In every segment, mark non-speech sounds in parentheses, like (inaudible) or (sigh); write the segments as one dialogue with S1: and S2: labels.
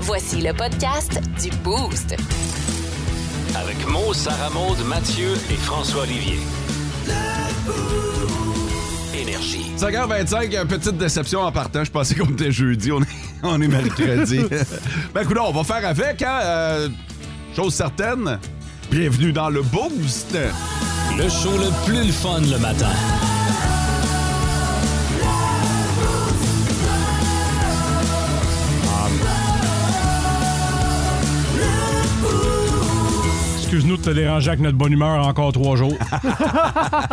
S1: Voici le podcast du Boost.
S2: Avec Mo, Sarah Maud, Mathieu et François Olivier. Énergie.
S3: 5h25, petite déception en partant. Je pensais qu'on était jeudi, on est, (laughs) on est mercredi. ben, écoute, on va faire avec, hein? euh, chose certaine, bienvenue dans le Boost!
S2: Le show le plus le fun le matin.
S4: Excuse-nous de te déranger avec notre bonne humeur encore trois jours.
S3: (laughs)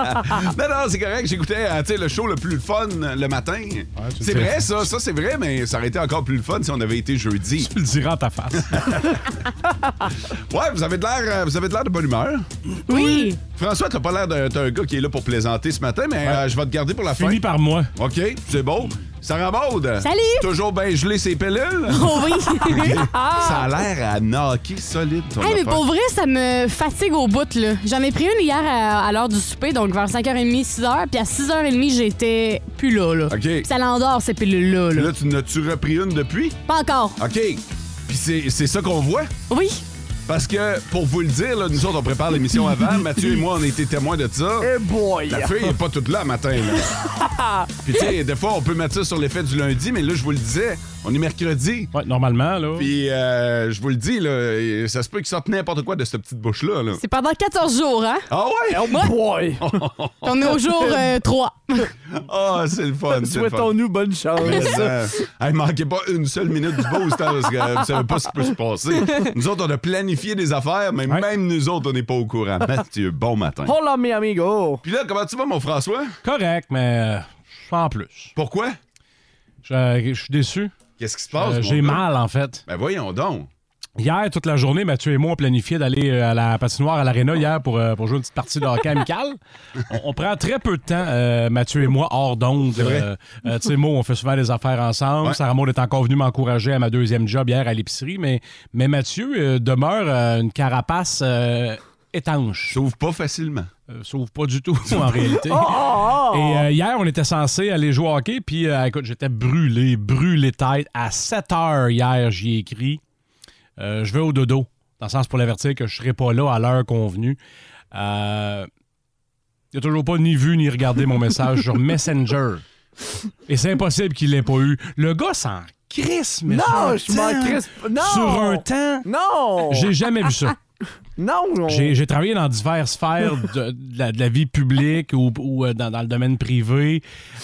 S3: Non, non, c'est correct, j'écoutais euh, tu sais, le show le plus le fun le matin.
S4: tu
S3: c'est
S4: le dis.
S3: vrai, ça, ça c'est vrai, mais ça aurait été encore plus le fun si on avait été jeudi.
S4: tu le diras en ta face.
S3: (laughs) Ouais, vous avez de l'air euh, vous avez de l'air de bonne humeur.
S5: Oui.
S3: François, t'as pas l'air d'un t'as un gars qui est là pour plaisanter ce matin, mais euh, je vais te garder pour la fin.
S4: Fini par moi.
S3: OK, c'est beau. Sarah Maud!
S5: Salut!
S3: Toujours bien gelé ses pellules?
S5: Oh
S3: (laughs)
S5: oui. Ah.
S3: Ça a l'air à knocker solide, ton
S5: Hey, mais
S3: affaire.
S5: pour vrai, ça me fatigue au bout. là. J'en ai pris une hier à, à l'heure du souper, donc vers 5h30, 6h. Puis à 6h30, j'étais plus là. là.
S3: OK.
S5: Puis Ça l'endort, ces pilules-là.
S3: Puis
S5: là.
S3: Là, tu n'as-tu repris une depuis?
S5: Pas encore.
S3: OK. Puis c'est c'est ça qu'on voit.
S5: Oui.
S3: Parce que, pour vous le dire, là, nous autres, on prépare l'émission
S5: (laughs)
S3: avant. Mathieu et moi, on a été témoins de ça.
S4: Eh
S5: boy.
S3: La fille n'est pas toute là matin.
S4: (laughs)
S3: là. Puis, tu sais, des fois, on peut mettre ça sur l'effet du lundi, mais là, je vous le disais, on est mercredi.
S4: Ouais, normalement, là.
S3: Puis, euh, je vous le dis, là, ça se peut qu'il sorte n'importe quoi de cette petite bouche-là. là.
S5: C'est pendant 14 jours, hein?
S3: Ah ouais?
S4: Eh
S6: boy!
S4: Oh.
S5: Puis On est au jour
S4: (laughs)
S5: euh, 3.
S3: Ah, c'est le fun. c'est le fun.
S6: Souhaitons-nous bonne chance.
S3: Présent. Hey, manquez pas une seule minute du boost, hein, parce que euh, vous savez pas ce qui peut se passer. Nous autres, on a planifié des affaires, mais
S4: Ouais.
S3: même nous autres, on n'est pas au courant. Mathieu, bon matin.
S6: Hola, mi amigo!
S3: Puis là, comment tu vas, mon François?
S4: Correct, mais euh, en plus.
S3: Pourquoi?
S4: Je je suis déçu.
S3: Qu'est-ce qui se
S4: Euh,
S3: passe? mon
S4: J'ai
S3: gars?
S4: mal, en fait.
S3: Ben voyons donc.
S4: Hier, toute la journée, Mathieu et moi, on planifiait d'aller euh, à la patinoire à l'Arena hier pour, euh, pour jouer une petite partie de hockey amicale. On, on prend très peu de temps, euh, Mathieu et moi, hors d'onde.
S3: vrai.
S4: Euh, euh, tu sais, moi, on fait souvent des affaires ensemble.
S3: Ouais.
S4: Sarah Maud est encore venue m'encourager à ma deuxième job hier à l'épicerie, mais, mais Mathieu euh, demeure euh, une carapace euh, étanche.
S3: J'ouvre pas facilement.
S4: Euh, Sauf pas du
S3: (laughs)
S4: tout, en réalité.
S6: Oh!
S4: Et euh, hier, on était censé aller jouer au hockey, puis euh, écoute, j'étais brûlé, brûlé tête. À 7 heures hier, j'y ai écrit euh, Je vais au dodo, dans le sens pour l'avertir que je serai pas là à l'heure convenue. Euh, il a toujours pas ni vu ni regardé mon message sur Messenger. Et c'est impossible qu'il l'ait pas eu. Le gars s'en crisse, mais sur
S6: Non,
S4: un
S6: je m'en
S4: temps-
S6: crisse- non!
S4: Sur un temps,
S6: Non!
S4: j'ai jamais vu ça.
S6: (laughs) Non! on-
S4: J'ai j'ai travaillé dans diverses sphères de, de la, de la vie publique ou, ou, euh, dans, dans le domaine privé.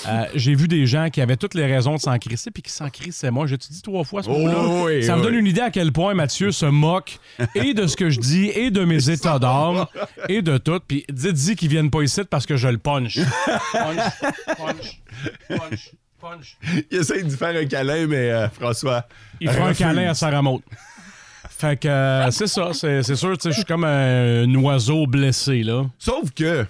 S4: Euh, J'ai vu des gens qui avaient toutes les raisons de s'en crisser puis qui s'en crissaient moi. J'ai-tu dit trois fois ce
S3: Oh,
S4: mot-là?
S3: oui,
S4: Ça me
S3: oui.
S4: donne une idée à quel point Mathieu se moque et de ce que je dis et de mes états d'âme et de tout. Puis dites-y qu'ils viennent pas ici parce que je le punch. Punch, punch, punch, punch.
S3: (laughs) Il essaie de faire un câlin, mais euh, François.
S4: Il fera un
S3: refuse.
S4: câlin à Sarah Maud. Fait que euh, c'est ça, c'est c'est sûr, tu sais, je suis comme un, un oiseau blessé, là.
S3: Sauf
S4: (laughs)
S3: que,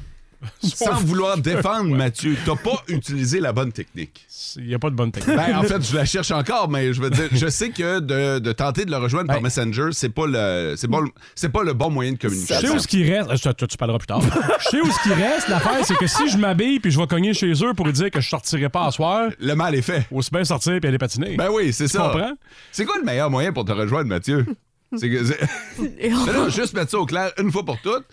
S3: sans vouloir défendre Mathieu, t'as pas utilisé la bonne technique.
S4: Il n'y a pas de bonne technique. (laughs)
S3: Ben, en fait, je la cherche encore, mais je veux dire, je sais que de, de tenter de le rejoindre par
S4: Ouais.
S3: Messenger, c'est pas le c'est pas le- c'est pas le bon moyen de
S4: Je sais
S3: communication.
S4: où ce qui reste. Ah, toi, tu parleras plus tard. Je sais où ce qui reste. L'affaire, c'est que si je m'habille puis je vais cogner chez eux pour dire que je sortirai pas à soir,
S3: Le mal est fait.
S4: aussi bien sortir puis aller patiner.
S3: Ben oui, c'est ça.
S4: comprends?
S3: C'est quoi le meilleur moyen pour te rejoindre, Mathieu? C'est que. c'est- (laughs) Mais non, juste mettre ça au clair une fois pour toutes.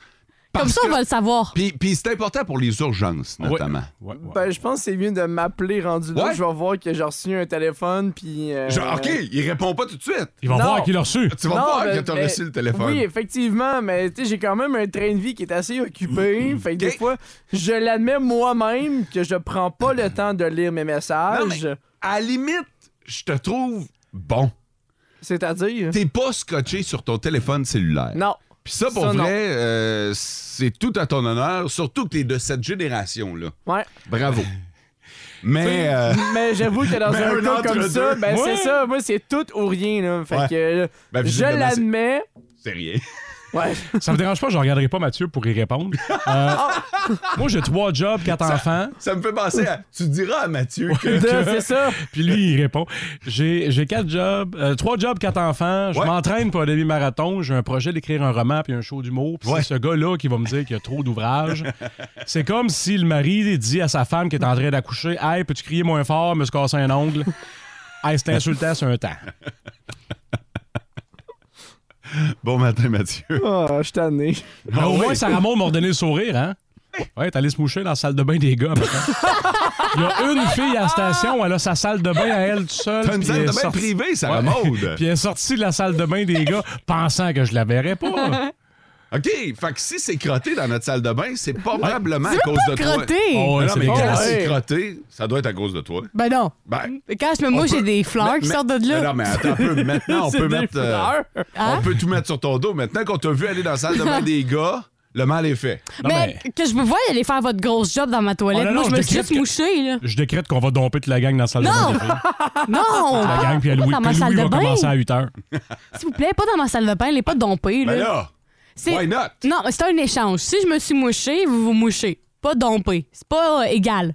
S5: Comme
S3: parce
S5: ça, on
S3: que-
S5: va le savoir.
S3: Puis, puis c'est important pour les urgences,
S4: Ouais.
S3: notamment.
S4: Ouais, ouais.
S6: Ben, je pense que c'est mieux de m'appeler rendu là.
S3: Ouais.
S6: Je vais voir que j'ai reçu un téléphone, puis. euh,
S3: Genre, OK, il répond pas tout de suite.
S4: Ils vont
S6: non.
S4: voir qui l'a reçu.
S3: Tu vas
S6: Non,
S3: voir
S6: ben,
S3: que t'as
S6: ben,
S3: reçu le téléphone.
S6: Oui, effectivement, mais tu sais, j'ai quand même un train de vie qui est assez occupé. fait que des
S3: Mm, Ok.
S6: fois, je l'admets moi-même que je prends pas le temps de lire mes
S3: Non,
S6: messages.
S3: mais à la limite, je te trouve bon.
S6: C'est-à-dire.
S3: T'es pas scotché sur ton téléphone cellulaire.
S6: Non.
S3: Puis ça, pour
S6: Ça, non.
S3: vrai, euh, c'est tout à ton honneur, surtout que t'es de cette génération-là.
S6: Ouais. (laughs)
S3: Bravo. Mais euh,
S6: Mais j'avoue que
S3: (laughs)
S6: dans
S3: Mais
S6: un
S3: un
S6: cas comme
S3: entre-deux.
S6: ça, ben
S4: Ouais.
S6: c'est ça, moi c'est tout ou rien là. Fait
S3: Ouais.
S6: que euh,
S3: Ben,
S6: je
S3: visiblement,
S6: l'admets.
S3: c'est rien.
S6: (laughs) Ouais.
S4: Ça me dérange pas, je regarderai pas Mathieu pour y répondre. Euh, moi, j'ai trois jobs, (laughs) quatre enfants,
S3: Ça me fait penser à. Tu diras à Mathieu que. (laughs)
S6: De- (laughs) c'est ça.
S4: puis lui, il répond. J'ai j'ai quatre jobs, euh, trois jobs, quatre enfants. Je
S3: Ouais.
S4: m'entraîne pour un demi-marathon. J'ai un projet d'écrire un roman puis un show d'humour. Puis
S3: Ouais.
S4: c'est ce gars-là qui va me dire qu'il y a trop d'ouvrages. C'est comme si le mari dit à sa femme qui est en train d'accoucher Hey, peux-tu crier moins fort, me se casser un ongle Hey, c'est insultant, c'est un temps.
S3: Bon matin, Mathieu.
S6: Oh, je suis tanné.
S4: Mais
S3: Ah
S4: au moins, Sarah Maud m'a redonné le sourire, hein? Ouais, t'es allé se moucher dans la salle de bain des gars. maintenant. Il y a une fille à la station, elle a sa salle de bain à elle toute seule.
S3: T'as une
S4: puis
S3: salle
S4: elle
S3: de
S4: est
S3: bain
S4: sortie-
S3: privée, Sarah
S4: Ouais.
S3: Maud.
S4: (laughs) puis elle est sortie de la salle de bain des gars pensant que je la verrais pas.
S3: (laughs) OK, fait que si c'est crotté dans notre salle de bain, c'est probablement à cause de toi.
S5: Crotté!
S4: Oh, ouais,
S3: non,
S4: c'est
S3: mais
S4: dégueulasse.
S3: quand c'est
S6: Ouais.
S3: crotté, ça doit être à cause de toi.
S5: Ben non.
S3: Ben,
S5: Quand je me mouche,
S3: peut-
S5: j'ai des fleurs qui
S3: mais-
S5: sortent de
S3: mais
S5: là.
S3: Non, mais attends un peu. Maintenant, on
S6: C'est
S3: peut
S6: des
S3: mettre. euh,
S6: fleurs.
S5: Hein?
S3: On peut tout mettre sur ton dos. Maintenant qu'on t'a vu aller dans la salle de bain des gars, le mal est fait.
S4: Non,
S5: mais, que je me vois aller faire votre grosse job dans ma toilette.
S4: Oh,
S5: (laughs)
S4: non,
S5: Moi,
S4: non,
S5: je me
S4: je
S5: suis juste
S4: décrète que-
S5: mouchée, là.
S4: Je décrète qu'on va domper toute la gang dans la salle
S5: Non!
S4: de bain. des filles.
S5: Non!
S4: La gang, puis elle Louis,
S5: Dans ma
S4: puis
S5: salle
S4: Louis
S5: de
S4: va
S5: bain.
S4: commencer à 8 h.
S5: S'il vous plaît, pas dans ma salle de bain, elle est pas dompée,
S3: Mais
S4: Ben
S5: là.
S3: Ben là,
S5: C'est-
S3: why not?
S5: Non, mais c'est un échange. Si je me suis mouchée, vous vous mouchez. Pas dompée. C'est pas euh, égal.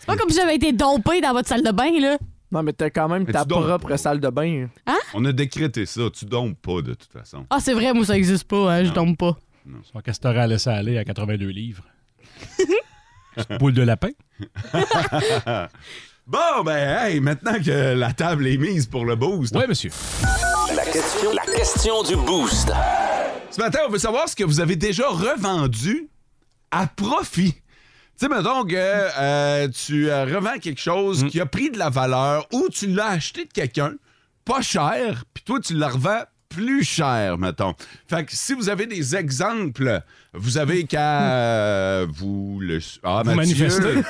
S5: C'est pas comme si j'avais été dompée dans votre salle de bain, là.
S6: Non, mais t'as quand même
S3: Mais
S6: ta
S3: tu dors.
S6: propre salle de bain.
S3: On a décrété ça. Tu dompes pas, de toute façon.
S5: Hein?
S3: (laughs)
S5: Ah, c'est vrai, moi, ça existe pas. hein, je dompe pas.
S4: Son castor a laissé aller à 82 livres. Petite boule de lapin.
S3: (laughs) Bon, ben, hey, maintenant que la table est mise pour le boost,
S4: Oui, monsieur.
S2: La question, la question du boost.
S3: Ce matin, on veut savoir ce que vous avez déjà revendu à profit. Tu sais, mettons que euh, tu euh, revends quelque chose qui a pris de la valeur ou tu l'as acheté de quelqu'un pas cher, puis toi, tu la revends plus cher, mettons. Fait que si vous avez des exemples, vous avez qu'à euh, vous le... Ah,
S4: Vous
S3: Mathieu,
S4: manifester.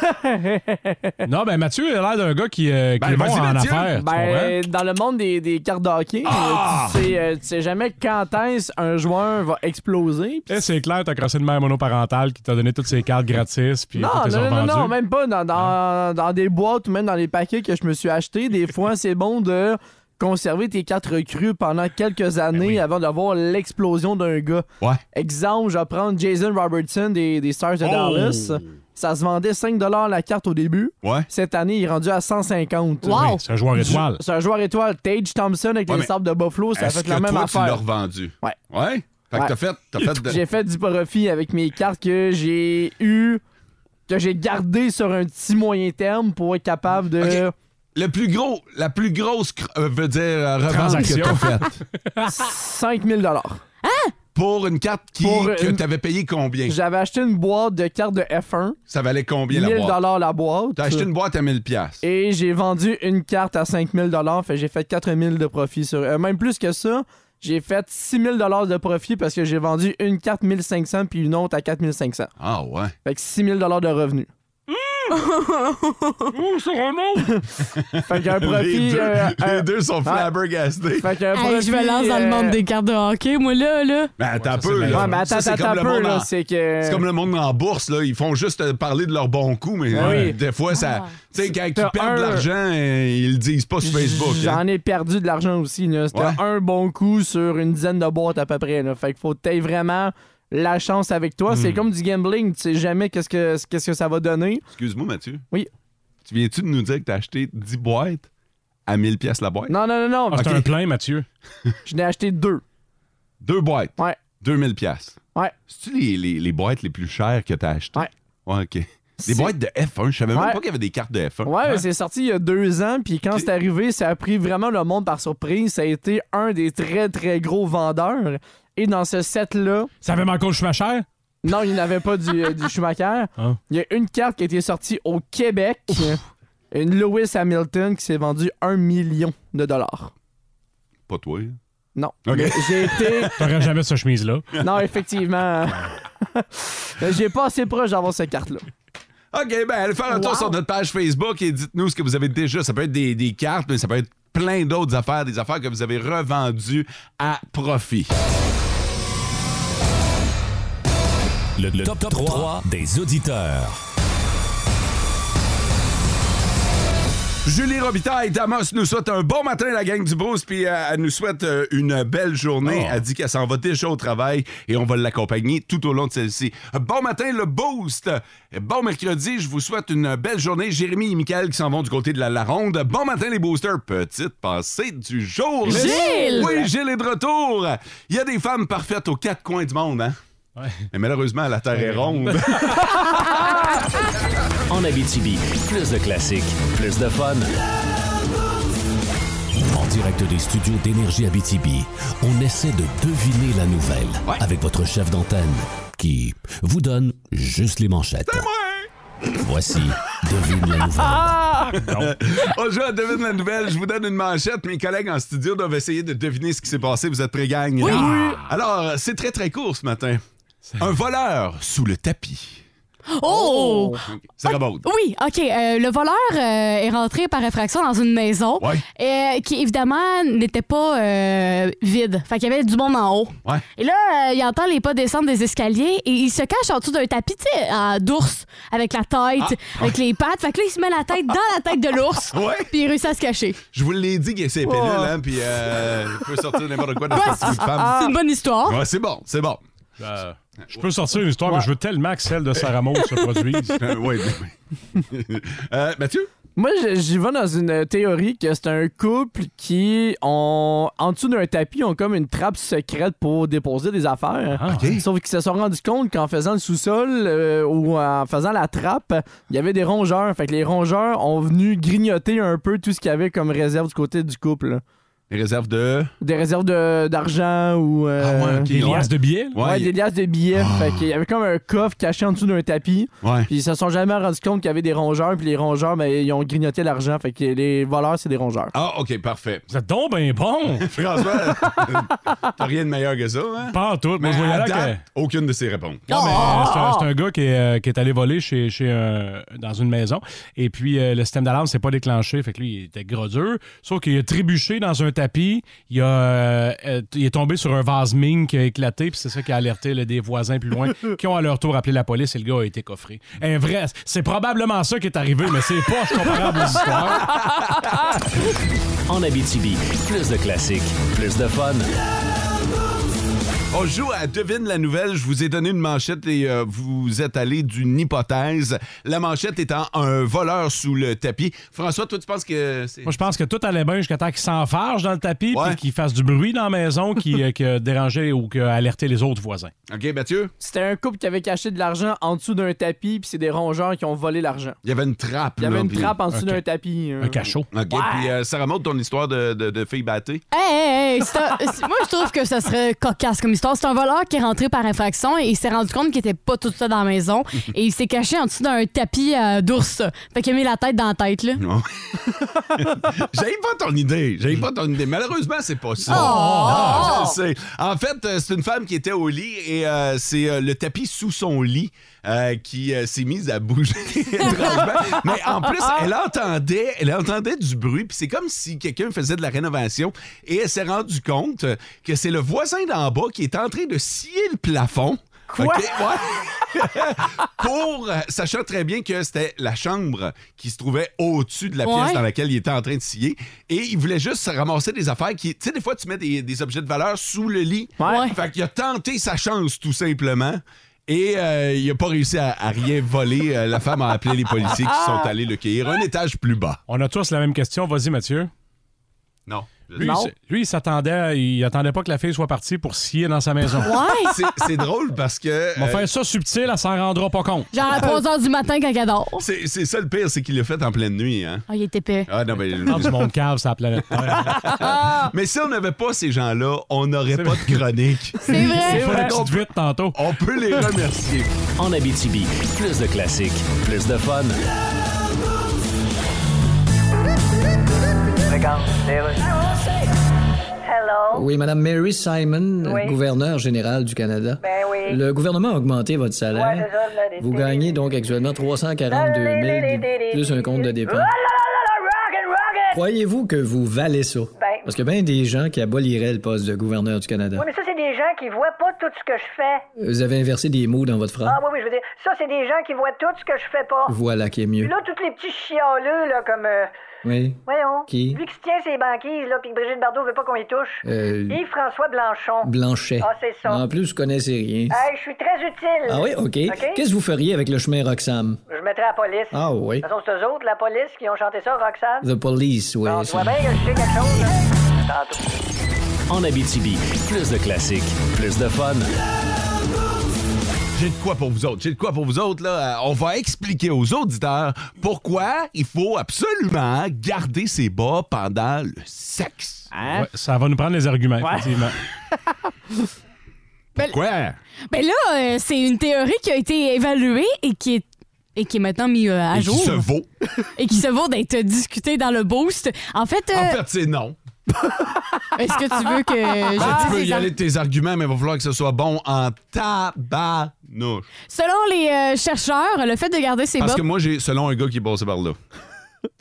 S6: (laughs)
S4: Non, ben Mathieu a l'air d'un gars qui, euh, qui
S3: Ben,
S4: est bon
S3: vas-y,
S4: en
S3: Mathieu.
S4: affaires. tu comprends?
S6: Ben, dans le monde des, des cartes de hockey,
S3: Ah!
S6: euh, tu, sais, euh, tu sais jamais quand est-ce un joueur va exploser. puis-
S4: Eh, c'est clair, t'as crossé une mère monoparentale qui t'a donné toutes ses cartes gratis, puis
S6: Non,
S4: t'as
S6: non, non, non, non,
S4: vendues.
S6: même pas dans,
S3: Hein?
S6: dans, dans des boîtes ou même dans les paquets que je me suis
S3: (laughs)
S6: acheté. Des fois, c'est bon de conserver tes cartes recrues pendant quelques années avant d'avoir l'explosion d'un gars.
S3: Ben Ouais. Oh!
S6: Exemple, je vais prendre Jason Robertson des, des Stars de Dallas. Ça se vendait 5 la carte au début.
S3: Ouais.
S6: Cette année, il est rendu à 150.
S5: Wow.
S4: Oui, c'est un joueur étoile.
S6: C'est un joueur étoile. Tage Thompson avec
S3: Ouais,
S6: les
S3: mais
S6: Sabres de Buffalo, ça a
S3: Est-ce
S6: fait
S3: que
S6: la même
S3: toi, tu l'as
S6: affaire.
S3: revendu?
S6: Ouais.
S3: Ouais? Fait que
S6: Ouais.
S3: t'as fait... T'as fait de...
S6: J'ai fait du profit avec mes cartes que j'ai eues, que j'ai gardées sur un petit moyen terme pour être capable de.
S3: Ok. Le plus gros, la plus grosse, cr- euh, veut dire, euh, revente que
S4: Transaction.
S3: t'as faite.
S6: 5000 dollars.
S3: Pour une carte qui,
S6: Pour
S3: que
S6: une-
S3: t'avais payé combien?
S6: J'avais acheté une boîte de cartes de F1,
S3: Ça valait combien
S6: 1000
S3: la boîte?
S6: dollars la boîte.
S3: T'as acheté une boîte à 1000 pièces.
S6: Et j'ai vendu une carte à 5000 dollars, fait que j'ai fait 4000 de profit sur euh, même plus que ça. J'ai fait 6000 dollars de profit parce que j'ai vendu une carte 1500 puis une autre à 4500.
S3: Ah ouais.
S6: Fait que 6000 dollars de revenus. (laughs)
S7: (laughs)
S6: fait qu'un
S3: les,
S6: profit
S3: deux,
S6: euh,
S3: les
S6: un-
S3: deux sont flabbergastés.
S6: fait qu'un
S5: Hey, je me
S6: profit,
S5: lance dans le
S6: euh,
S5: monde des cartes de hockey, moi, là, là.
S3: Mais attends
S4: Ouais,
S3: un
S4: ça,
S3: peu,
S4: c'est
S3: là.
S6: Ouais, mais
S3: Ça,
S6: attends,
S3: c'est
S6: attends
S3: comme
S6: un
S3: le
S6: peu
S3: monde en-
S6: là, c'est que
S3: C'est comme le monde en bourse, là. Ils font juste euh, parler de leurs bons coups, mais euh, des fois, ça.
S5: Ah.
S3: Tu sais, quand ils
S6: T'as
S3: perdent de
S6: un-
S3: l'argent, euh, ils le disent pas sur Facebook. hein.
S6: J'en ai perdu de l'argent aussi. là. C'était
S3: Ouais.
S6: un bon coup sur une dizaine de boîtes à peu près. Là. Fait qu'il faut que t'aies vraiment la chance avec toi.
S3: Hmm.
S6: C'est comme du gambling. Tu sais jamais qu'est-ce que, qu'est-ce que ça va donner.
S3: Excuse-moi, Mathieu.
S6: Oui.
S3: Tu viens-tu de nous dire que t'as acheté 10 boîtes à 1000 pièces la boîte?
S6: Non, non, non, non.
S4: Ah, c'est
S3: Ok.
S4: un plein, Mathieu.
S6: (laughs) Je n'ai acheté deux.
S3: Deux boîtes.
S6: Ouais.
S3: 2000 pièces.
S6: Ouais.
S3: C'est-tu les, les- les boîtes les plus chères que t'as achetées?
S6: Ouais.
S3: Ouais, OK. Des
S6: C'est-
S3: boîtes de F1. Je savais même
S6: Ouais.
S3: pas qu'il y avait des cartes de F1.
S6: Ouais,
S4: Hein?
S6: mais c'est sorti il y a deux ans. Puis quand
S3: Ok.
S6: c'est arrivé, ça a pris vraiment le monde par surprise. Ça a été un des très, très gros vendeurs. Et dans ce set-là,
S4: Ça avait manqué le Schumacher?
S6: non, il n'y en avait pas du, euh, du Schumacher.
S4: (laughs) Hein?
S6: Il y a une carte qui a été sortie au Québec. Une Lewis Hamilton qui s'est vendue un million de dollars.
S3: Pas toi. hein?
S6: Non.
S3: Ok.
S6: Mais J'ai été.
S4: (laughs) T'aurais jamais cette chemise-là.
S6: Non,
S4: (laughs)
S6: effectivement. (laughs) Mais J'ai pas assez proche d'avoir cette carte-là.
S3: OK, ben allez faire un tour
S5: Wow.
S3: sur notre page Facebook et dites-nous ce que vous avez déjà. Ça peut être des, des cartes, mais ça peut être plein d'autres affaires, des affaires que vous avez revendues à profit.
S8: Le, top, 3, des auditeurs.
S3: Julie Robitaille et Damas nous souhaite un bon matin, la gang du Boost, puis euh, elle nous souhaite euh, une belle journée. Elle dit qu'elle s'en va déjà au travail et on va l'accompagner tout au long de celle-ci. Euh, Bon matin, le Boost! Euh, Bon mercredi, je vous souhaite une belle journée. Jérémy et Michael qui s'en vont du côté de la Laronde. Bon matin, les boosters! Petite pensée du jour!
S5: Gilles!
S3: Oui, Gilles est de retour! Il y a des femmes parfaites aux quatre coins du monde, hein?
S4: Ouais.
S3: Mais malheureusement, la Terre est ronde.
S2: En Abitibi, plus de classiques, plus de fun.
S8: En direct direct des studios d'Énergie Abitibi, on essaie de deviner la nouvelle avec votre chef d'antenne qui vous donne juste les manchettes. Voici Devine la nouvelle.
S3: (laughs) On joue à Devine la nouvelle. Je vous donne une manchette. Mes collègues en studio doivent essayer de deviner ce qui s'est passé. Vous êtes prêts, gang? Oui, Alors, c'est très, très court ce matin. Un voleur sous le tapis.
S5: Oh!
S3: Ça rebondit.
S5: Oui, OK. euh, le voleur euh, est rentré par effraction dans une maison
S3: Ouais.
S5: euh, qui, évidemment, n'était pas euh, vide. Fait qu'il y avait du monde en haut.
S3: Ouais.
S5: Et là, euh, il entend les pas descendre des escaliers et il se cache en dessous d'un tapis, tu sais, euh, d'ours, avec la tête, avec les pattes. Fait que là, il se met la tête dans la tête de l'ours.
S3: Ah. (laughs) Ouais.
S5: Puis il réussit à se cacher.
S3: Je vous l'ai dit qu'il y a ces
S5: Oh.
S3: pilules, hein, puis euh, il peut sortir n'importe quoi dans ce petit bout de Ah, femme.
S5: C'est une bonne histoire.
S3: Ouais, c'est bon, c'est bon.
S4: Euh, je peux sortir une histoire, mais je veux tellement que celle de Sarah Maud se
S6: (laughs)
S4: produise.
S3: Euh, oui, oui, oui. (laughs) Euh, Mathieu?
S6: Moi, je- j'y vais dans une théorie que c'est un couple qui, ont, en dessous d'un tapis, ont comme une trappe secrète pour déposer des affaires.
S3: Ah,
S6: Sauf qu'ils se sont rendus compte qu'en faisant le sous-sol euh, ou en faisant la trappe, il y avait des rongeurs. Fait que les rongeurs ont venu grignoter un peu tout ce qu'il y avait comme réserve du côté du couple.
S3: Les réserves de. Ah,
S6: Des réserves de- d'argent ou... euh,
S3: ouais, ok.
S4: Des liasses de billets, là.
S3: Ouais,
S6: ouais,
S3: il-
S6: des liasses de billets. Fait qu'il y avait comme un coffre caché en dessous d'un tapis.
S3: Ah. Ouais.
S6: Puis ils se sont jamais rendus compte qu'il y avait des rongeurs, puis les rongeurs, ben, ils ont grignoté l'argent. Fait que les voleurs, c'est des rongeurs.
S3: Ah, OK, parfait.
S4: Vous êtes donc bien bon!
S3: (laughs) François, t'as rien de meilleur que ça, hein?
S4: Pas en tout. Moi,
S3: Mais
S4: je voyais
S3: à
S4: là que.
S3: date, aucune de ces réponses.
S4: Non, mais euh, c'est un, c'est un gars qui est, euh, qui est allé voler chez, chez un- dans une maison. Et puis, euh, le système d'alarme s'est pas déclenché. Fait que lui, il était gros dur. Sauf qu'il a trébuché dans un tapis. Il, a, euh, euh, il est tombé sur un vase mine qui a éclaté. Puis c'est ça qui a alerté là, des voisins plus loin qui ont à leur tour appelé la police et le gars a été coffré. Un vrai. C'est probablement ça qui est arrivé, mais c'est pas, je comprends vos histoires.
S8: En Abitibi, plus de classiques, plus de fun.
S3: On joue à Devine la nouvelle. Je vous ai donné une manchette et euh, vous êtes allé d'une hypothèse. La manchette étant un voleur sous le tapis. François, toi, tu penses que c'est.
S4: Moi, je pense que tout allait bien jusqu'à temps qu'il s'enfarge dans le tapis
S3: Ouais.
S4: puis qu'il fasse du bruit dans la maison qui, euh, qui a dérangé ou qui a alerté les autres voisins.
S3: OK, Mathieu?
S6: C'était un couple qui avait caché de l'argent en dessous d'un tapis, puis c'est des rongeurs qui ont volé l'argent.
S3: Il y avait une trappe.
S6: Il y avait
S3: là,
S6: une
S3: puis-
S6: trappe en dessous
S4: Ok.
S6: d'un tapis. hein.
S4: Un cachot.
S3: OK, puis euh, ça remonte ton histoire de, de, de fille battée.
S5: Hey, hey, hey, c'est
S3: (laughs)
S5: un- c'est- moi, je trouve que ça serait cocasse comme histoire. C'est un voleur qui est rentré par infraction et il s'est rendu compte qu'il était pas tout ça dans la
S3: (laughs)
S5: maison et il s'est caché en dessous d'un tapis euh, d'ours. Fait qu'il a mis la tête dans la tête, là.
S3: Non. J'aille pas ton idée. J'aille pas ton idée. Malheureusement, c'est pas ça. Non, je le sais. En fait, euh, c'est une femme qui était au lit et euh, c'est euh, le tapis sous son lit euh, qui euh, s'est mise à bouger étrangement. Mais Ben, en plus, elle entendait, elle entendait du bruit. Puis c'est comme si quelqu'un faisait de la rénovation et elle s'est rendue compte euh, que c'est le voisin d'en bas qui est en train de scier le plafond. Quoi? (laughs) Pour, euh, sachant très bien que c'était la chambre qui se trouvait au-dessus de la pièce
S5: Ouais.
S3: dans laquelle il était en train de scier. Et il voulait juste se ramasser des affaires qui. Tu sais, des fois, tu mets des, des objets de valeur sous le lit.
S5: Ouais.
S3: Fait qu'il a tenté sa chance, tout simplement. Et euh, il n'a pas réussi à, à rien voler. Euh, la femme a appelé les policiers qui
S5: Ah.
S3: sont allés le cueillir un étage plus bas.
S4: On a tous la même question. Vas-y, Mathieu.
S3: Non.
S4: Lui, il s- lui, il s'attendait, il attendait pas que la fille soit partie pour scier dans sa maison.
S5: Ouais!
S3: (laughs)
S4: (laughs)
S3: C'est- C'est drôle parce que.
S4: On va
S3: euh,
S4: faire ça subtil, elle s'en rendra pas compte.
S5: Genre à 3 h du matin quand elle dort.
S3: euh, c'est c'est ça le pire, c'est qu'il l'a fait en pleine nuit. Hein?
S5: Ah, il est épais.
S3: Ah non, mais.
S4: Dans du monde cave, ça la planète. Terre.
S5: Ah.
S3: mais si on n'avait pas ces gens-là, on n'aurait pas de chronique.
S5: (laughs) C'est vrai!
S4: Il faut des petites vites tantôt.
S3: On peut les remercier.
S8: En Abitibi, plus de classiques, plus de fun.
S9: Hello.
S10: Oui, Madame Mary Simon,
S9: Oui.
S10: gouverneur général du Canada.
S9: Ben oui.
S10: Le gouvernement a augmenté votre
S9: Ouais,
S10: salaire.
S9: c'est ça, je l'ai dit.
S10: Vous gagnez donc actuellement 342 000 plus un compte de
S9: Oh
S10: dépenses.
S9: là là là là, rocket, rocket!
S10: Croyez-vous que vous valez ça?
S9: Ben.
S10: Parce que bien des gens qui aboliraient le poste de gouverneur du Canada.
S9: Oui, mais ça, c'est des gens qui voient pas tout ce que je fais.
S10: Vous avez inversé des mots dans votre phrase.
S9: Ah oui, oui, je veux dire, ça, c'est des gens qui voient tout ce que je fais pas.
S10: Voilà qui est mieux.
S9: Puis là, tous les petits chialeux, là, comme... euh,
S10: Oui.
S9: voyons.
S10: Qui?
S9: Lui qui se tient ses banquises, là, puis Brigitte Bardot veut pas qu'on y touche.
S10: Euh,
S9: Yves-François Blanchon.
S10: Blanchet.
S9: Ah, c'est ça.
S10: En plus, vous connaissez rien.
S9: Hey, je suis très utile.
S10: Ah oui, OK. Qu'est-ce que vous feriez avec le chemin Roxham?
S9: Je mettrai la police.
S10: Ah oui.
S9: De toute façon, c'est eux autres, la police, qui ont chanté ça, Roxane.
S10: The police, oui.
S9: On
S10: ça.
S9: voit bien que je sais quelque chose, là. Tantôt.
S8: En Abitibi, plus de classiques, plus de fun.
S3: J'ai de quoi pour vous autres. J'ai de quoi pour vous autres. Là. Euh, On va expliquer aux auditeurs pourquoi il faut absolument garder ses bas pendant le sexe.
S5: Ah.
S4: Ouais, ça va nous prendre les arguments,
S5: (laughs)
S4: effectivement.
S3: Pourquoi?
S5: Ben là, euh, c'est une théorie qui a été évaluée et qui est, et qui est maintenant mise euh, à
S3: Et
S5: jour.
S3: qui se vaut.
S5: (laughs) Et qui se vaut d'être discutée dans le boost. En fait,
S3: En
S5: euh,
S3: fait, c'est non.
S5: (laughs) est-ce que Ah, tu veux que je
S3: (laughs) Ben, tu
S5: dise
S3: peux
S5: les
S3: y
S5: ar-
S3: aller de tes arguments, mais il va falloir que ce soit bon en tabarnouche.
S5: Selon les euh, chercheurs, le fait de garder ses Hein?
S3: Parce
S5: bas...
S3: que Oh, moi, j'ai, selon un gars qui est passé par là.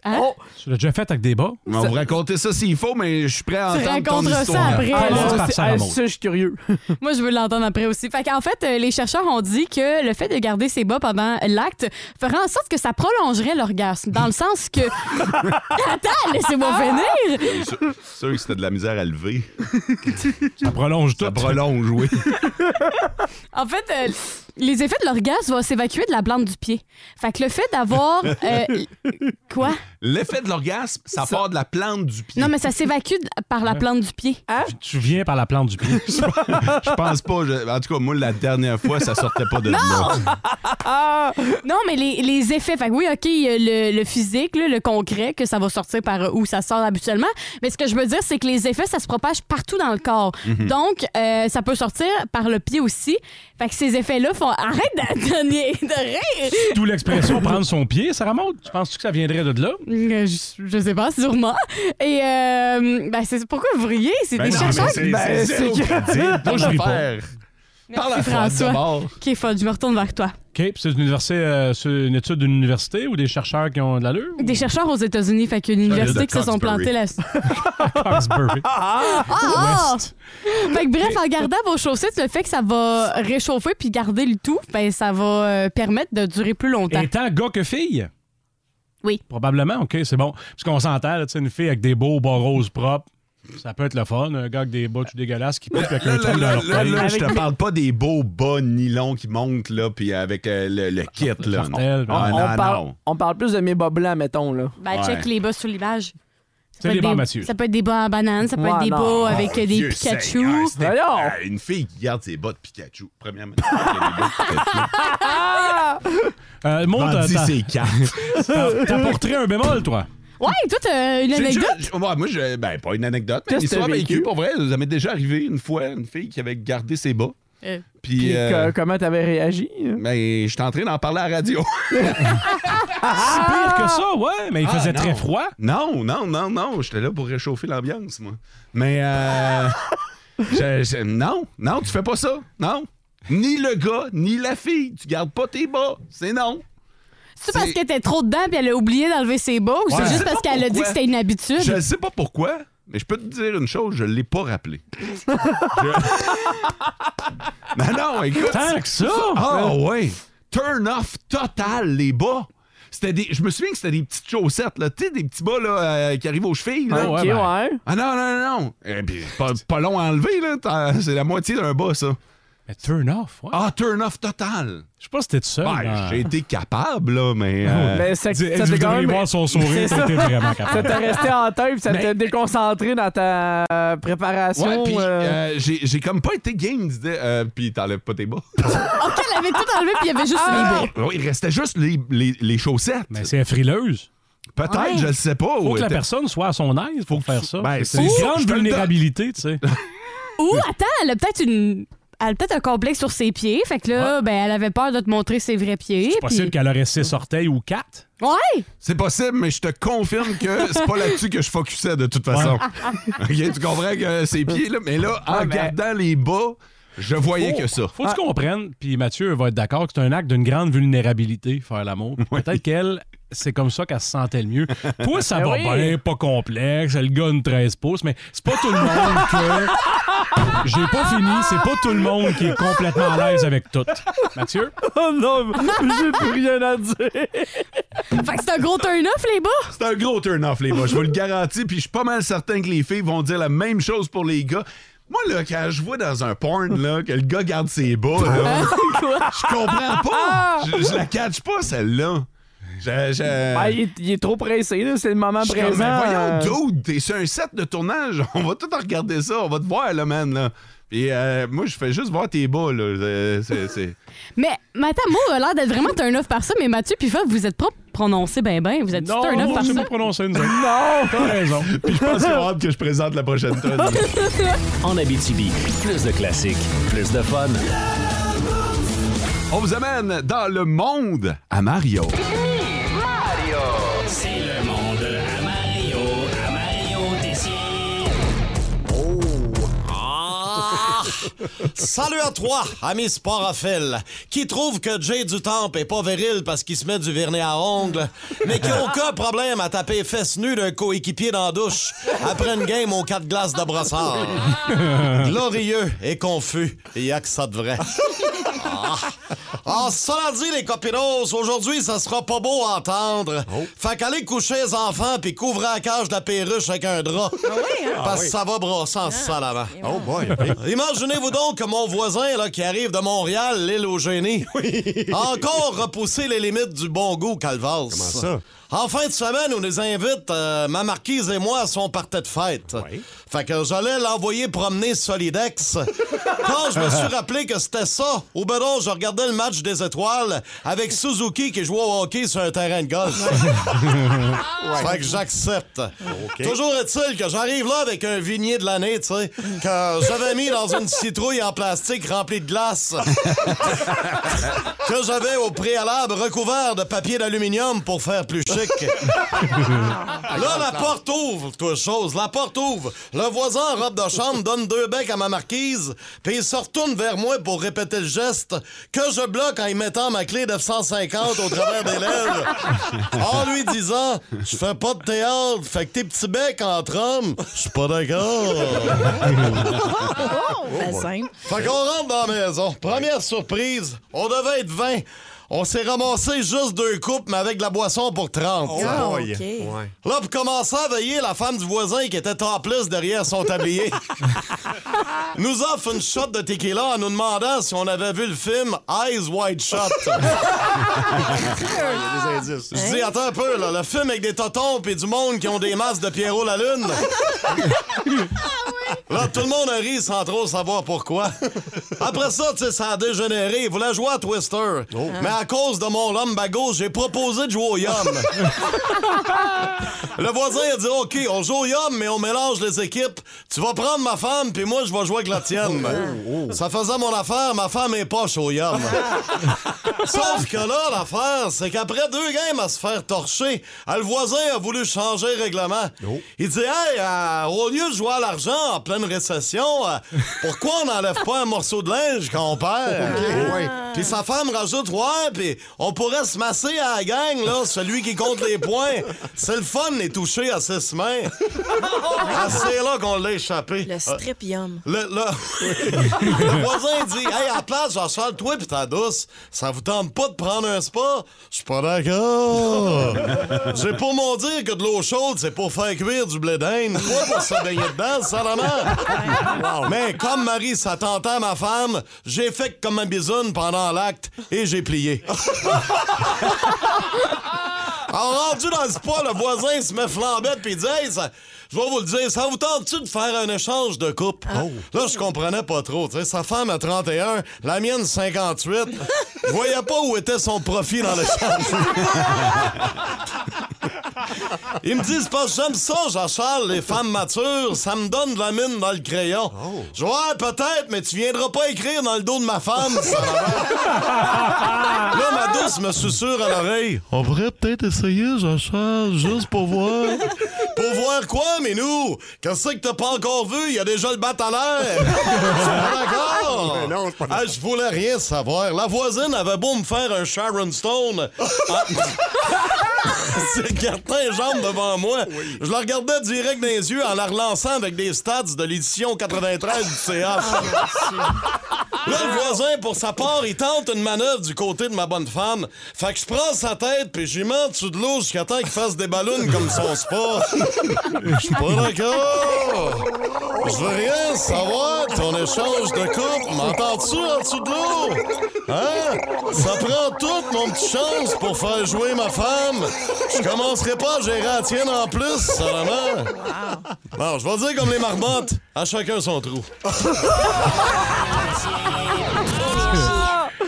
S4: Tu l'as déjà fait avec des bas?
S3: On va vous raconter ça s'il faut, mais je suis prêt à
S5: Tu
S3: entendre ton
S5: raconteras ça
S3: histoire.
S5: après, là.
S4: Ah, non, c'est par ça,
S6: Ah,
S4: Maud.
S6: ça, je suis curieux.
S5: Moi, je veux l'entendre après aussi. Fait qu'en fait, euh, les chercheurs ont dit que le fait de garder ses bas pendant l'acte ferait en sorte que ça prolongerait l'orgasme. Dans le sens que. Attends, laissez-moi
S3: (laughs)
S5: venir!
S3: Je suis sûr- sûr que c'était de la misère à lever.
S4: (laughs) Ça prolonge tout.
S3: Ça prolonge,
S4: (laughs)
S3: oui.
S5: En fait, euh, les effets de l'orgasme vont s'évacuer de la plante du pied. Fait que le fait d'avoir. euh, quoi?
S3: L'effet de l'orgasme, ça, part de la plante du pied.
S5: Non, mais ça s'évacue de- par la plante du pied.
S4: Tu viens par la plante du pied.
S3: (laughs) Je pense pas. je- En tout cas, moi, la dernière fois, ça sortait pas Oh, de là.
S5: (laughs) Non, mais les, les effets. Fait que oui, OK, il y a le, le physique, là, le concret, que ça va sortir par où ça sort habituellement. Mais ce que je veux dire, c'est que les effets, ça se propage partout dans le corps.
S3: Mhm.
S5: Donc, euh, ça peut sortir par le pied aussi. Fait que ces effets-là font. (laughs) Arrête de, de- de rire!
S4: D'où l'expression prendre son pied, ça remonte. Tu penses-tu que ça viendrait de là?
S5: Euh, Je, je sais pas, sûrement. Et, euh, ben, c'est pourquoi vous riez? C'est
S4: Ben
S5: des chercheurs qui.
S3: Ben c'est
S5: (laughs)
S3: zéro crédible.
S4: Moi, je ris pas.
S3: Affaire. Par la
S5: Merci,
S3: fois,
S5: François.
S3: d'abord.
S5: Ok, Fod, je me retourne vers toi.
S4: OK, puis c'est une, université, euh, c'est une étude d'une université ou des chercheurs qui ont de l'allure?
S5: Des chercheurs aux États-Unis, fait qu'une université qui se sont
S3: Coxbury. (laughs)
S5: plantées là
S4: Foxbury.
S5: Ah!
S4: West.
S5: Fait que bref, en gardant vos chaussettes, le fait que ça va réchauffer puis garder le tout, ben ça va euh, permettre de durer plus longtemps.
S4: Et tant gars que fille?
S5: Oui.
S4: Probablement, OK, c'est bon. Parce qu'on s'entend, là, tu sais, une fille avec des beaux bas roses propres, ça peut être le fun. Un gars avec des bas tout dégueulasses qui pique avec
S3: Là,
S4: un
S3: là,
S4: trou dans
S3: là, là,
S4: l'orteil.
S3: là, je te parle pas des beaux bas nylon qui montent, là, puis avec euh, le, le kit, là. Non,
S4: Cartel,
S3: Ah,
S4: ouais.
S6: on,
S3: non,
S6: parle,
S3: non.
S6: on parle plus de mes bas blancs, mettons. Là.
S5: Ben
S3: Ouais.
S5: check les bas sous l'image. Ça
S4: C'est
S5: peut
S4: des
S5: être
S4: bas, Mathieu.
S5: Ça peut être des bas en banane, ça peut
S6: Ouais,
S5: être des
S6: non.
S5: bas avec euh, des
S3: Ah, Oh, Dieu
S5: Pikachu.
S3: Seigneur, c'était-
S6: Voyons.
S3: Euh, une fille qui garde ses bas de Pikachu.
S4: (laughs)
S3: Premièrement, elle a des bas de Pikachu.
S4: Euh, Maud,
S3: Vendis
S4: t'as-
S3: ses cartes.
S4: t'as t'as porté un bémol, toi?
S5: (laughs) Ouais, toi t'as une
S3: J'ai déjà-
S5: anecdote.
S3: j'ai- ouais, moi, je, ben, pas une anecdote, mais une
S6: Qu'est-ce que
S3: histoire
S6: t'as
S3: vécue,
S6: vécu?
S3: pour vrai. Ça m'est déjà arrivé une fois, une fille qui avait gardé ses bas.
S5: Euh.
S3: Puis,
S6: Puis
S3: euh,
S6: co- comment t'avais réagi?
S5: hein?
S3: ben, j'étais en train d'en parler à la radio. (laughs)
S5: Ah!
S4: Pire que ça, ouais, mais il
S3: Ah,
S4: faisait
S3: non.
S4: très froid.
S3: non, non, non, non. J'étais là pour réchauffer l'ambiance, moi. Mais,
S4: (laughs)
S3: euh, je- je- non, non, tu fais pas ça. Non. Ni le gars, ni la fille. Tu gardes pas tes bas. C'est non.
S5: C'est parce
S3: c'est-
S5: qu'elle était trop dedans puis elle a oublié d'enlever ses bas ou
S3: Ouais.
S5: c'est
S3: Je
S5: juste
S3: sais
S5: parce
S3: pas
S5: qu'elle a dit
S3: pourquoi.
S5: que c'était une habitude?
S3: Je ne sais pas pourquoi, mais je peux te dire une chose, je ne l'ai pas
S4: (laughs)
S3: rappelé. Je- non, non, écoute.
S4: Tant que ça!
S3: Ah ouais. Turn off total les bas. C'était des, je me souviens que c'était des petites chaussettes, là. Tu sais, des petits bas là, euh, qui arrivent aux chevilles. Là.
S6: ok,
S4: ouais, ben.
S6: ouais.
S3: Ah non, non, non, non. Eh bien, pas, pas long à enlever, là. T'as- C'est la moitié d'un bas, ça.
S4: Mais turn off, ouais.
S3: Ah, turn off total.
S4: Je sais pas si t'es tout seul.
S3: Ben,
S4: dans-
S3: J'ai été capable, là, mais. euh,
S4: Oh,
S6: Mais ça,
S4: Dis-
S6: ça
S4: vous
S6: t'est quand
S4: devriez
S6: même-
S4: voir son sourire,
S6: C'est ça.
S4: c'était vraiment
S6: Ça
S4: capable.
S6: t'a resté en tête, puis ça t'a déconcentré dans ta euh, préparation.
S3: Ouais, puis
S6: euh,
S3: euh, j'ai j'ai comme pas été game d'idée. Euh, puis t'enlèves pas tes
S4: (laughs)
S3: bas.
S5: Ok, elle avait tout enlevé puis il y avait juste
S7: Ah!
S5: les bas.
S3: Oui, il restait juste les, les- les chaussettes.
S4: Mais c'est frileuse.
S3: Peut-être,
S5: Ouais.
S3: je ne sais pas.
S4: Faut
S3: où
S4: que la
S3: était-
S4: personne soit à son aise pour
S3: que
S4: faire
S3: tu-
S4: ça.
S3: Ben,
S4: c'est une
S3: c'est- je
S4: grande
S3: te le donne.
S4: vulnérabilité,
S5: (laughs)
S4: tu sais.
S5: Ou attends, elle a peut-être une. Elle a peut-être un complexe sur ses pieds. Fait que là, ben, elle avait peur de te montrer ses vrais pieds.
S4: C'est possible
S5: puis-
S4: qu'elle aurait six orteils ou quatre.
S5: Ouais!
S3: C'est possible, mais je te confirme que c'est pas là-dessus que je focusais de toute façon. (laughs) OK, tu comprends que c'est pieds, là, mais là, en gardant les bas, je voyais que ça.
S4: Faut que
S6: Ah.
S4: tu comprennes, puis Mathieu va être d'accord que c'est un acte d'une grande vulnérabilité, faire l'amour. Peut-être qu'elle, c'est comme ça qu'elle se sentait le mieux. Toi,
S6: (laughs)
S4: ça va
S6: Ben oui.
S4: bien, pas complexe, elle gagne 13 pouces, mais c'est pas tout le monde
S5: Ah!
S4: que. J'ai pas fini, c'est pas tout le monde qui est complètement à l'aise avec tout. Mathieu?
S6: (laughs) Oh non, j'ai plus rien à dire.
S5: (laughs) Fait que c'est un gros turn-off, les bas!
S3: C'est un gros turn-off, les bas, je vous le garantis, puis je suis pas mal certain que les filles vont dire la même chose pour les gars. Moi, là, quand je vois dans un porn là, que le gars garde
S5: Ah,
S7: Ah,
S3: ses bas, là, je comprends pas. Je, je la catch pas, celle-là. Je- je-
S6: Ah, il, est, il est trop pressé, là, c'est le moment
S3: Je suis comme,
S6: présent.
S3: ben
S6: euh,
S3: voyons, dude, t'es sur un set de tournage, (laughs) on va tout en regarder ça, on va te voir, là, man. Là. Puis euh, moi, je fais juste voir tes bas, là. Euh, c'est- c'est-
S5: Mais Mathieu, moi, a l'air d'être vraiment un œuf par ça, mais Mathieu puis Fab, vous êtes pas prononcés ben ben. Vous êtes
S4: Non,
S5: tout un œuf
S4: non,
S5: par
S4: c'est
S5: ça.
S4: pas prononcé, nous autres. Non! T'as raison.
S3: (laughs) Puis je pense qu'il va hâte que je présente la prochaine tonne.
S2: En Abitibi, plus de classiques, plus de fun.
S3: (laughs) on vous amène dans le monde à Mario.
S2: C'est le monde à Mario, à Mario
S7: (laughs)
S11: Ah! Salut à toi, ami Sporafel, qui trouve que Jay du Temple est pas viril parce qu'il se met du vernis à ongles, mais qui a aucun problème à taper fesses nues d'un coéquipier dans la douche après une game aux quatre glaces de brossard. Glorieux et confus, il y a que ça de vrai. Ah, Ah, cela dit, les copinos, aujourd'hui, ça sera pas beau à entendre.
S12: Oh.
S11: Fait qu'allez coucher les enfants puis couvrez la cage de la perruche avec un drap. Parce que ça va brosser en salamant.
S12: Ah Oh boy.
S11: Imaginez-vous donc que mon voisin là, qui arrive de Montréal, l'île
S12: (laughs)
S11: au génie, a encore repoussé les limites du bon goût, Calvas. Comment
S12: ça?
S11: En fin de semaine, on les invite, euh, ma marquise et moi, à son party de fête. Fait que j'allais l'envoyer promener Solidex.
S12: (laughs)
S11: Quand Oh, je me suis rappelé que c'était ça, au bureau, je regardais le match des étoiles avec Suzuki qui jouait au hockey sur un terrain de golf.
S5: (laughs)
S11: Fait que j'accepte. Toujours est-il que j'arrive là avec un vignier de l'année, tu sais, que j'avais mis dans une citrouille en plastique remplie de glace, que j'avais au préalable recouvert de papier d'aluminium pour faire plus chic. Là, la porte ouvre, toi, chose, la porte ouvre. Le voisin en robe de chambre donne deux becs à ma marquise, puis il se retourne vers moi pour répéter le geste que je bloque en y mettant ma clé 950 au travers des lèvres, en lui disant Je fais pas de théâtre, fait que tes petits becs entre hommes, je suis pas d'accord. Oh, Fait qu'on rentre dans la maison. Première surprise, on devait être 20. On s'est ramassé juste deux coupes, mais avec de la boisson pour 30.
S12: boy. Ouais.
S11: Là, pour commencer à veiller, la femme du voisin qui était topless derrière son tablier nous offre une shot de tequila en nous demandant si on avait vu le film Eyes Wide Shot.
S12: Il y a des indices.
S11: Je dis, attends un peu, là, le film avec des totons et du monde qui ont des masses de Pierrot la Lune. Là, tout le monde a ri sans trop savoir pourquoi. Après ça, tu sais, ça a dégénéré. Il voulait jouer à Twister. Mais à cause de mon lumbago, j'ai proposé de jouer au Yum. le voisin a dit OK, on joue au Yum, mais on mélange les équipes. Tu vas prendre ma femme, puis moi, je vais jouer avec la tienne. Ça faisait mon affaire, ma femme est poche au Yum. Sauf que là, l'affaire, c'est qu'après deux games à se faire torcher, euh, le voisin a voulu changer le règlement. Il dit Hey, euh, au lieu de jouer à l'argent en pleine récession, euh, pourquoi on n'enlève pas un morceau de linge quand on perd Ah.
S12: ouais.
S11: Puis sa femme rajoute Ouais, puis on pourrait se masser à la gang, là, celui qui compte les points. C'est le fun, les toucher à
S7: (laughs)
S11: six mains. Ah, c'est là qu'on l'a échappé.
S7: Le strip yum.
S11: Le, le- (laughs) le voisin dit Hey, à la place, j'en sors toi pis ta douce. Ça vous tente pas de prendre un spa? Je suis pas d'accord. J'ai pour mon dire que de l'eau chaude, c'est pour faire cuire du blé d'Inde, pas pour se baigner dedans, salamand. Mais comme Marie s'attentait à ma femme, j'ai fait comme un bisoune pendant l'acte et j'ai plié. Alors, rendu dans le spa, le voisin se met flambette puis dit Hey, ça- je vais vous le dire, ça vous tente-tu de faire un échange de couple? Oh. Là, je comprenais pas trop. tu sais, sa femme a 31, la mienne 58. Je voyais pas où était son profit dans l'échange. Ils me disent pas j'aime ça, Jean-Charles, les femmes matures, ça me donne de la mine dans le crayon. Je vois, Ouais, peut-être, mais tu viendras pas écrire dans le dos de ma femme, ça va. Là, ma douce me susurre à l'oreille. On pourrait peut-être essayer, Jean-Charles, juste pour voir. pour voir quoi, mais nous? Qu'est-ce que t'as pas encore vu? Il y a déjà le bat à l'air. C'est pas d'accord.
S12: Ben non, c'est pas
S11: Ah, je voulais rien savoir. La voisine avait beau me faire un Sharon Stone. Ah, (laughs) C'est gardant les jambes devant moi. Je la regardais direct dans les yeux en la relançant avec des stats de l'édition 93 du CH. Là, le voisin, pour sa part, il tente une manœuvre du côté de ma bonne femme. Fait que je prends sa tête puis j'y mets en dessous de l'eau jusqu'à temps qu'il fasse des ballons comme son sport. Je suis pas d'accord. Je veux rien savoir, ton échange de couple, m'entends-tu en dessous de l'eau? Hein? Ça prend toute mon petite chance pour faire jouer ma femme. Je commencerai pas à gérer la tienne en plus, seulement. Bon, je vais dire comme les marmottes, à chacun son trou.
S3: Ah!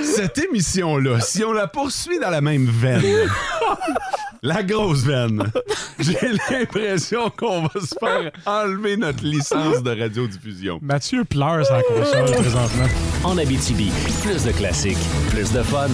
S3: Cette émission-là, si on la poursuit dans la même (laughs) veine, la grosse veine, j'ai l'impression qu'on va se faire enlever notre licence de radiodiffusion.
S4: Mathieu pleure sa
S3: (laughs)
S4: console présentement.
S2: En Abitibi, plus de classiques, plus de fun.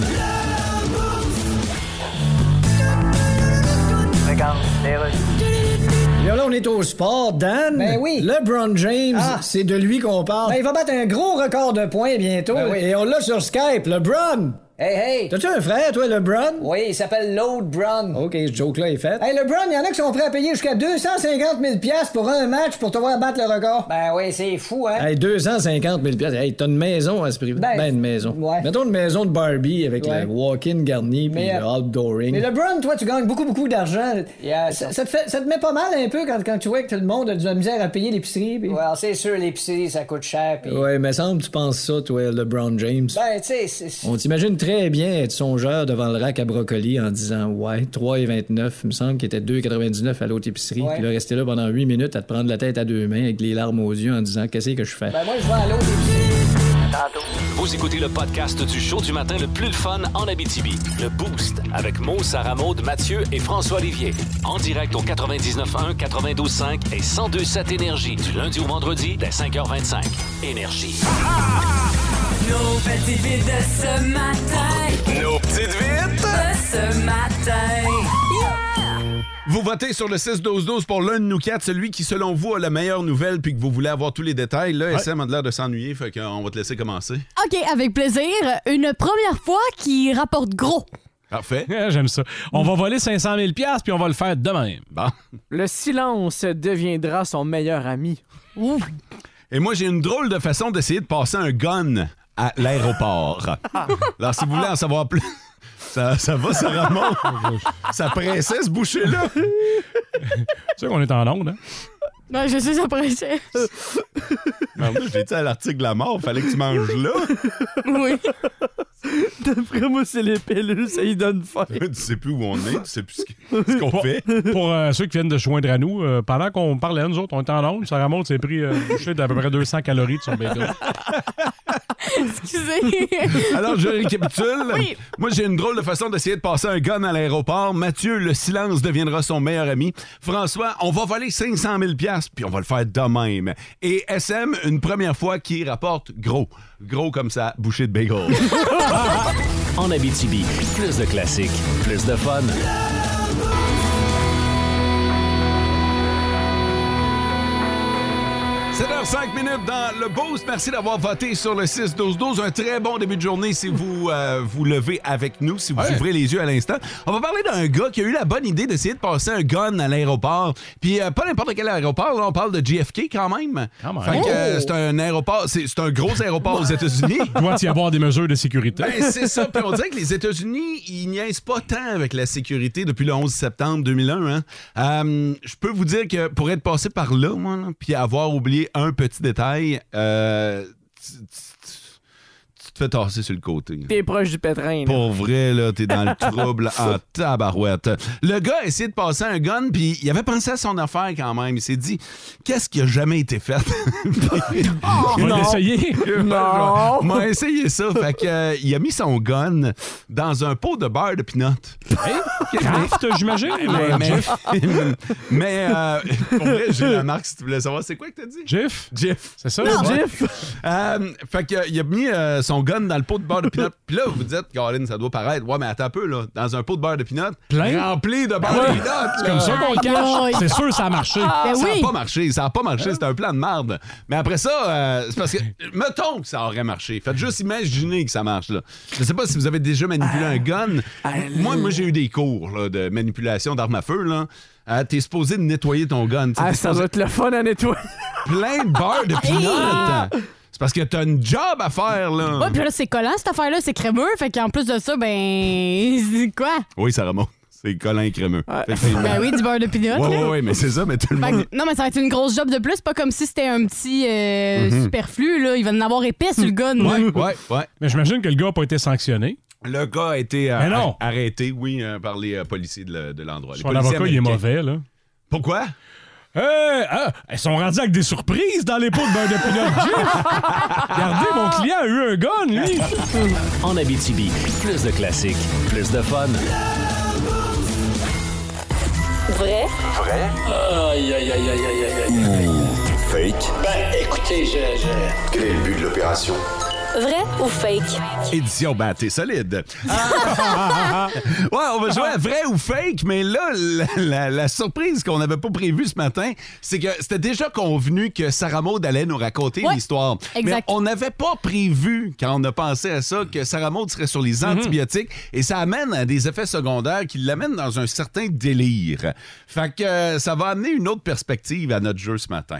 S10: Là, là, on est au sport, Dan.
S9: Ben oui.
S10: LeBron James,
S9: Ah.
S10: c'est de lui qu'on parle.
S9: Ben, il va battre un gros record de points bientôt.
S10: Ben oui, et on l'a sur Skype, LeBron.
S9: Hey, hey!
S10: T'as-tu un frère, toi, LeBron?
S9: Oui, il s'appelle Lode Brown.
S10: OK, ce joke-là est fait.
S9: Hey, LeBron, il y en a qui sont prêts à payer jusqu'à 250 000 pour un match pour te voir battre le record. Ben oui, c'est fou, hein?
S10: Hey, 250 000 piastres. Hey, t'as une maison à ce prix.
S9: Ben,
S10: Ben, une maison.
S9: ouais.
S10: Mettons une maison de Barbie avec
S9: Ouais.
S10: la walk-in garnie puis
S9: Mais,
S10: le
S9: euh,
S10: outdooring.
S9: Mais LeBron, toi, tu gagnes beaucoup, beaucoup d'argent. Ça, ça te fait- ça te met pas mal un peu quand, quand tu vois que tout le monde a de la misère à payer l'épicerie. Ouais, c'est sûr, l'épicerie, ça coûte cher.
S10: Ouais, mais semble que tu penses ça, toi, LeBron James.
S9: Ben, tu sais,
S10: On t'imagine très bien être songeur devant le rack à brocoli en disant Ouais, 3,29, il me semble qu'il était 2,99 à l'autre épicerie.
S9: Ouais.
S10: Puis là, rester là pendant 8 minutes à te prendre la tête à deux mains avec les larmes aux yeux en disant Qu'est-ce que je fais
S9: ben, moi, je vais à l'autre
S2: Vous écoutez le podcast du show du matin le plus fun en Abitibi, le Boost, avec Mo, Sarah Maud, Mathieu et François Olivier. En direct au 99.1, 92.5 et 102.7 Énergie, du lundi au vendredi, dès 5h25. Énergie.
S7: Nos petites vites de ce matin.
S2: Nos petites
S7: vites de ce matin.
S3: Vous votez sur le 6-12-12 pour l'un de nous quatre, celui qui, selon vous, a la meilleure nouvelle puis que vous voulez avoir tous les détails. Là, SM a l'air de s'ennuyer, fait qu'on va te laisser commencer.
S5: OK, avec plaisir. Une première fois qui rapporte gros.
S3: Parfait.
S4: (laughs) J'aime ça. On va voler 500 000 pièces puis on va le faire de même.
S3: Bon.
S6: Le silence deviendra son meilleur ami.
S5: Ouf.
S3: Et moi, j'ai une drôle de façon d'essayer de passer un gun à l'aéroport. Alors, si vous voulez en savoir plus, (laughs) ça, ça va, ça remonte. Ça pressait ce boucher-là. tu
S4: sais qu'on est en onde, hein?
S5: Ben, je suis appréciée.
S3: Merde, Ben, je l'ai dit à l'article de la mort, fallait que tu manges là.
S5: Oui.
S6: D'après moi, c'est les pellules, ça y donne faim.
S3: tu sais plus où on est, tu sais plus ce que- ce qu'on
S4: Pour,
S3: fait.
S4: (laughs) pour, euh, ceux qui viennent de se joindre à nous, euh, pendant qu'on parlait, nous autres, on était en onde, Sarah Maud s'est pris euh, une bouchée d'à peu près 200 calories de son bacon.
S5: Excusez.
S7: (laughs)
S3: Alors, je récapitule.
S5: Oui.
S3: Moi, j'ai une drôle de façon d'essayer de passer un gun à l'aéroport. Mathieu, le silence deviendra son meilleur ami. François, on va voler 500 000 piastres, puis on va le faire de même. Et SM, une première fois qui rapporte gros. Gros comme ça, bouchée de bagel.
S2: (laughs) en Abitibi, plus de classiques, plus de fun.
S3: C'est h 5 minutes dans le Boost. Merci d'avoir voté sur le 6-12-12. Un très bon début de journée si vous euh, vous levez avec nous, si vous ouvrez les yeux à l'instant. On va parler d'un gars qui a eu la bonne idée d'essayer de passer un gun à l'aéroport. Puis euh, pas n'importe quel aéroport, là, on parle de JFK quand même.
S4: même.
S3: Fait que, euh,
S4: Oh!
S3: c'est un aéroport, c'est c'est un gros aéroport aux États-Unis.
S4: Il doit y avoir des mesures de sécurité.
S3: Ben, c'est ça. Puis on dirait que les États-Unis, ils niaisent pas tant avec la sécurité depuis le 11 septembre 2001. hein. Euh, je peux vous dire que pour être passé par là, moi, là, puis avoir oublié un petit détail, euh, tu, tu- tu- tu te fais tasser sur le côté.
S6: T'es proche du pétrin. là.
S3: Pour vrai, là, t'es dans le trouble en tabarouette. Le gars a essayé de passer un gun, puis il avait pensé à son affaire quand même. Il s'est dit, qu'est-ce qui a jamais été fait? (laughs) Puis-
S4: On va
S3: (laughs)
S4: l'essayer.
S3: non. M'a essayé ça. Fait que, euh, il a mis son gun dans un pot de beurre de peanut.
S4: Craft,
S3: (laughs)
S4: j'imagine.
S3: Mais,
S4: euh,
S3: mais-
S4: Jeff.
S3: mais, euh, pour vrai, j'ai la marque si tu voulais savoir. C'est quoi que t'as dit?
S4: Jeff.
S3: Jeff.
S4: C'est ça?
S3: Ouais.
S6: Jeff.
S3: Euh, fait que, euh, il a mis euh, son gun dans le pot de beurre de peanut. Puis là, vous vous dites, Caroline, ça doit paraître. Ouais, mais attends un peu, là. Dans un pot de beurre de peanut,
S4: Plein?
S3: rempli de beurre
S4: Ouais.
S3: de peanut.
S4: C'est
S3: là.
S4: comme ça qu'on le
S5: Aïe, aïe.
S4: cache. C'est sûr, ça a marché.
S5: Ben
S3: ça n'a
S5: oui.
S3: pas marché, ça n'a pas marché, c'était un plan de marde. Mais après ça, euh, c'est
S6: (laughs)
S3: parce que, mettons que ça aurait marché. Faites juste imaginer que ça marche. Là. Je ne sais pas si vous avez déjà manipulé
S6: Ah.
S3: un gun. Moi, moi j'ai eu des cours là, de manipulation d'armes à feu. Là. Euh, t'es supposé de nettoyer ton gun. T'sais,
S6: Ah,
S3: t'es
S6: ça
S3: supposé-
S6: doit être le fun à nettoyer. Ah!
S3: Plein de beurre
S6: (laughs)
S3: de peanut. c'est parce que t'as une job à faire. là.
S5: Ouais, puis là, c'est collant, cette affaire-là. C'est crémeux. Fait qu'en plus de ça, ben. (laughs) c'est Quoi?
S3: Oui, ça remonte. c'est Colin Crémeux. Fait que c'est-
S5: Ben oui, du beurre de pinot.
S3: Ouais,
S5: là.
S3: ouais, ouais, mais c'est ça, mais tout le
S5: Fait
S3: monde.
S5: que- non, mais ça va être une grosse job de plus. Pas comme si c'était un petit euh,
S4: Mhm.
S5: superflu. Là. Il va en avoir épais sur le hein? gun.
S4: Mais j'imagine que le gars n'a pas été sanctionné.
S3: Le gars a été euh,
S4: Mais non.
S3: ar- arrêté, oui, euh, par les euh, policiers de, le- de l'endroit. Les
S4: Son
S3: policiers
S4: avocat, il est
S3: américains.
S4: mauvais, là. Euh, ah,
S3: Pourquoi?
S4: ils sont rendus avec des surprises dans les pots de beurre de pinot de
S3: (laughs)
S4: Jeff. Regardez, mon client a eu un gun, lui.
S3: (laughs)
S2: En Abitibi, plus de classiques, plus de fun.
S7: Vrai?
S2: Vrai?
S7: Aïe, aïe, aïe, aïe, aïe, aïe, aïe.
S13: Mmh. Fake.
S7: Ben, écoutez, je. je-
S13: Quel est le but de l'opération?
S7: Vrai ou fake?
S3: Édition, ben, t'es solide. ouais, on va jouer
S5: Ah.
S3: à vrai ou fake, mais là, la, la- la surprise qu'on n'avait pas prévue ce matin, c'est que c'était déjà convenu que Sarah Maud allait nous raconter
S5: Ouais,
S3: l'histoire. Mais
S5: exact.
S3: on n'avait pas prévu, quand on a pensé à ça, que Sarah Maud serait sur
S5: Mhm.
S3: les antibiotiques et ça amène à des effets secondaires qui l'amènent dans un certain délire. Fait que euh, ça va amener une autre perspective à notre jeu ce matin.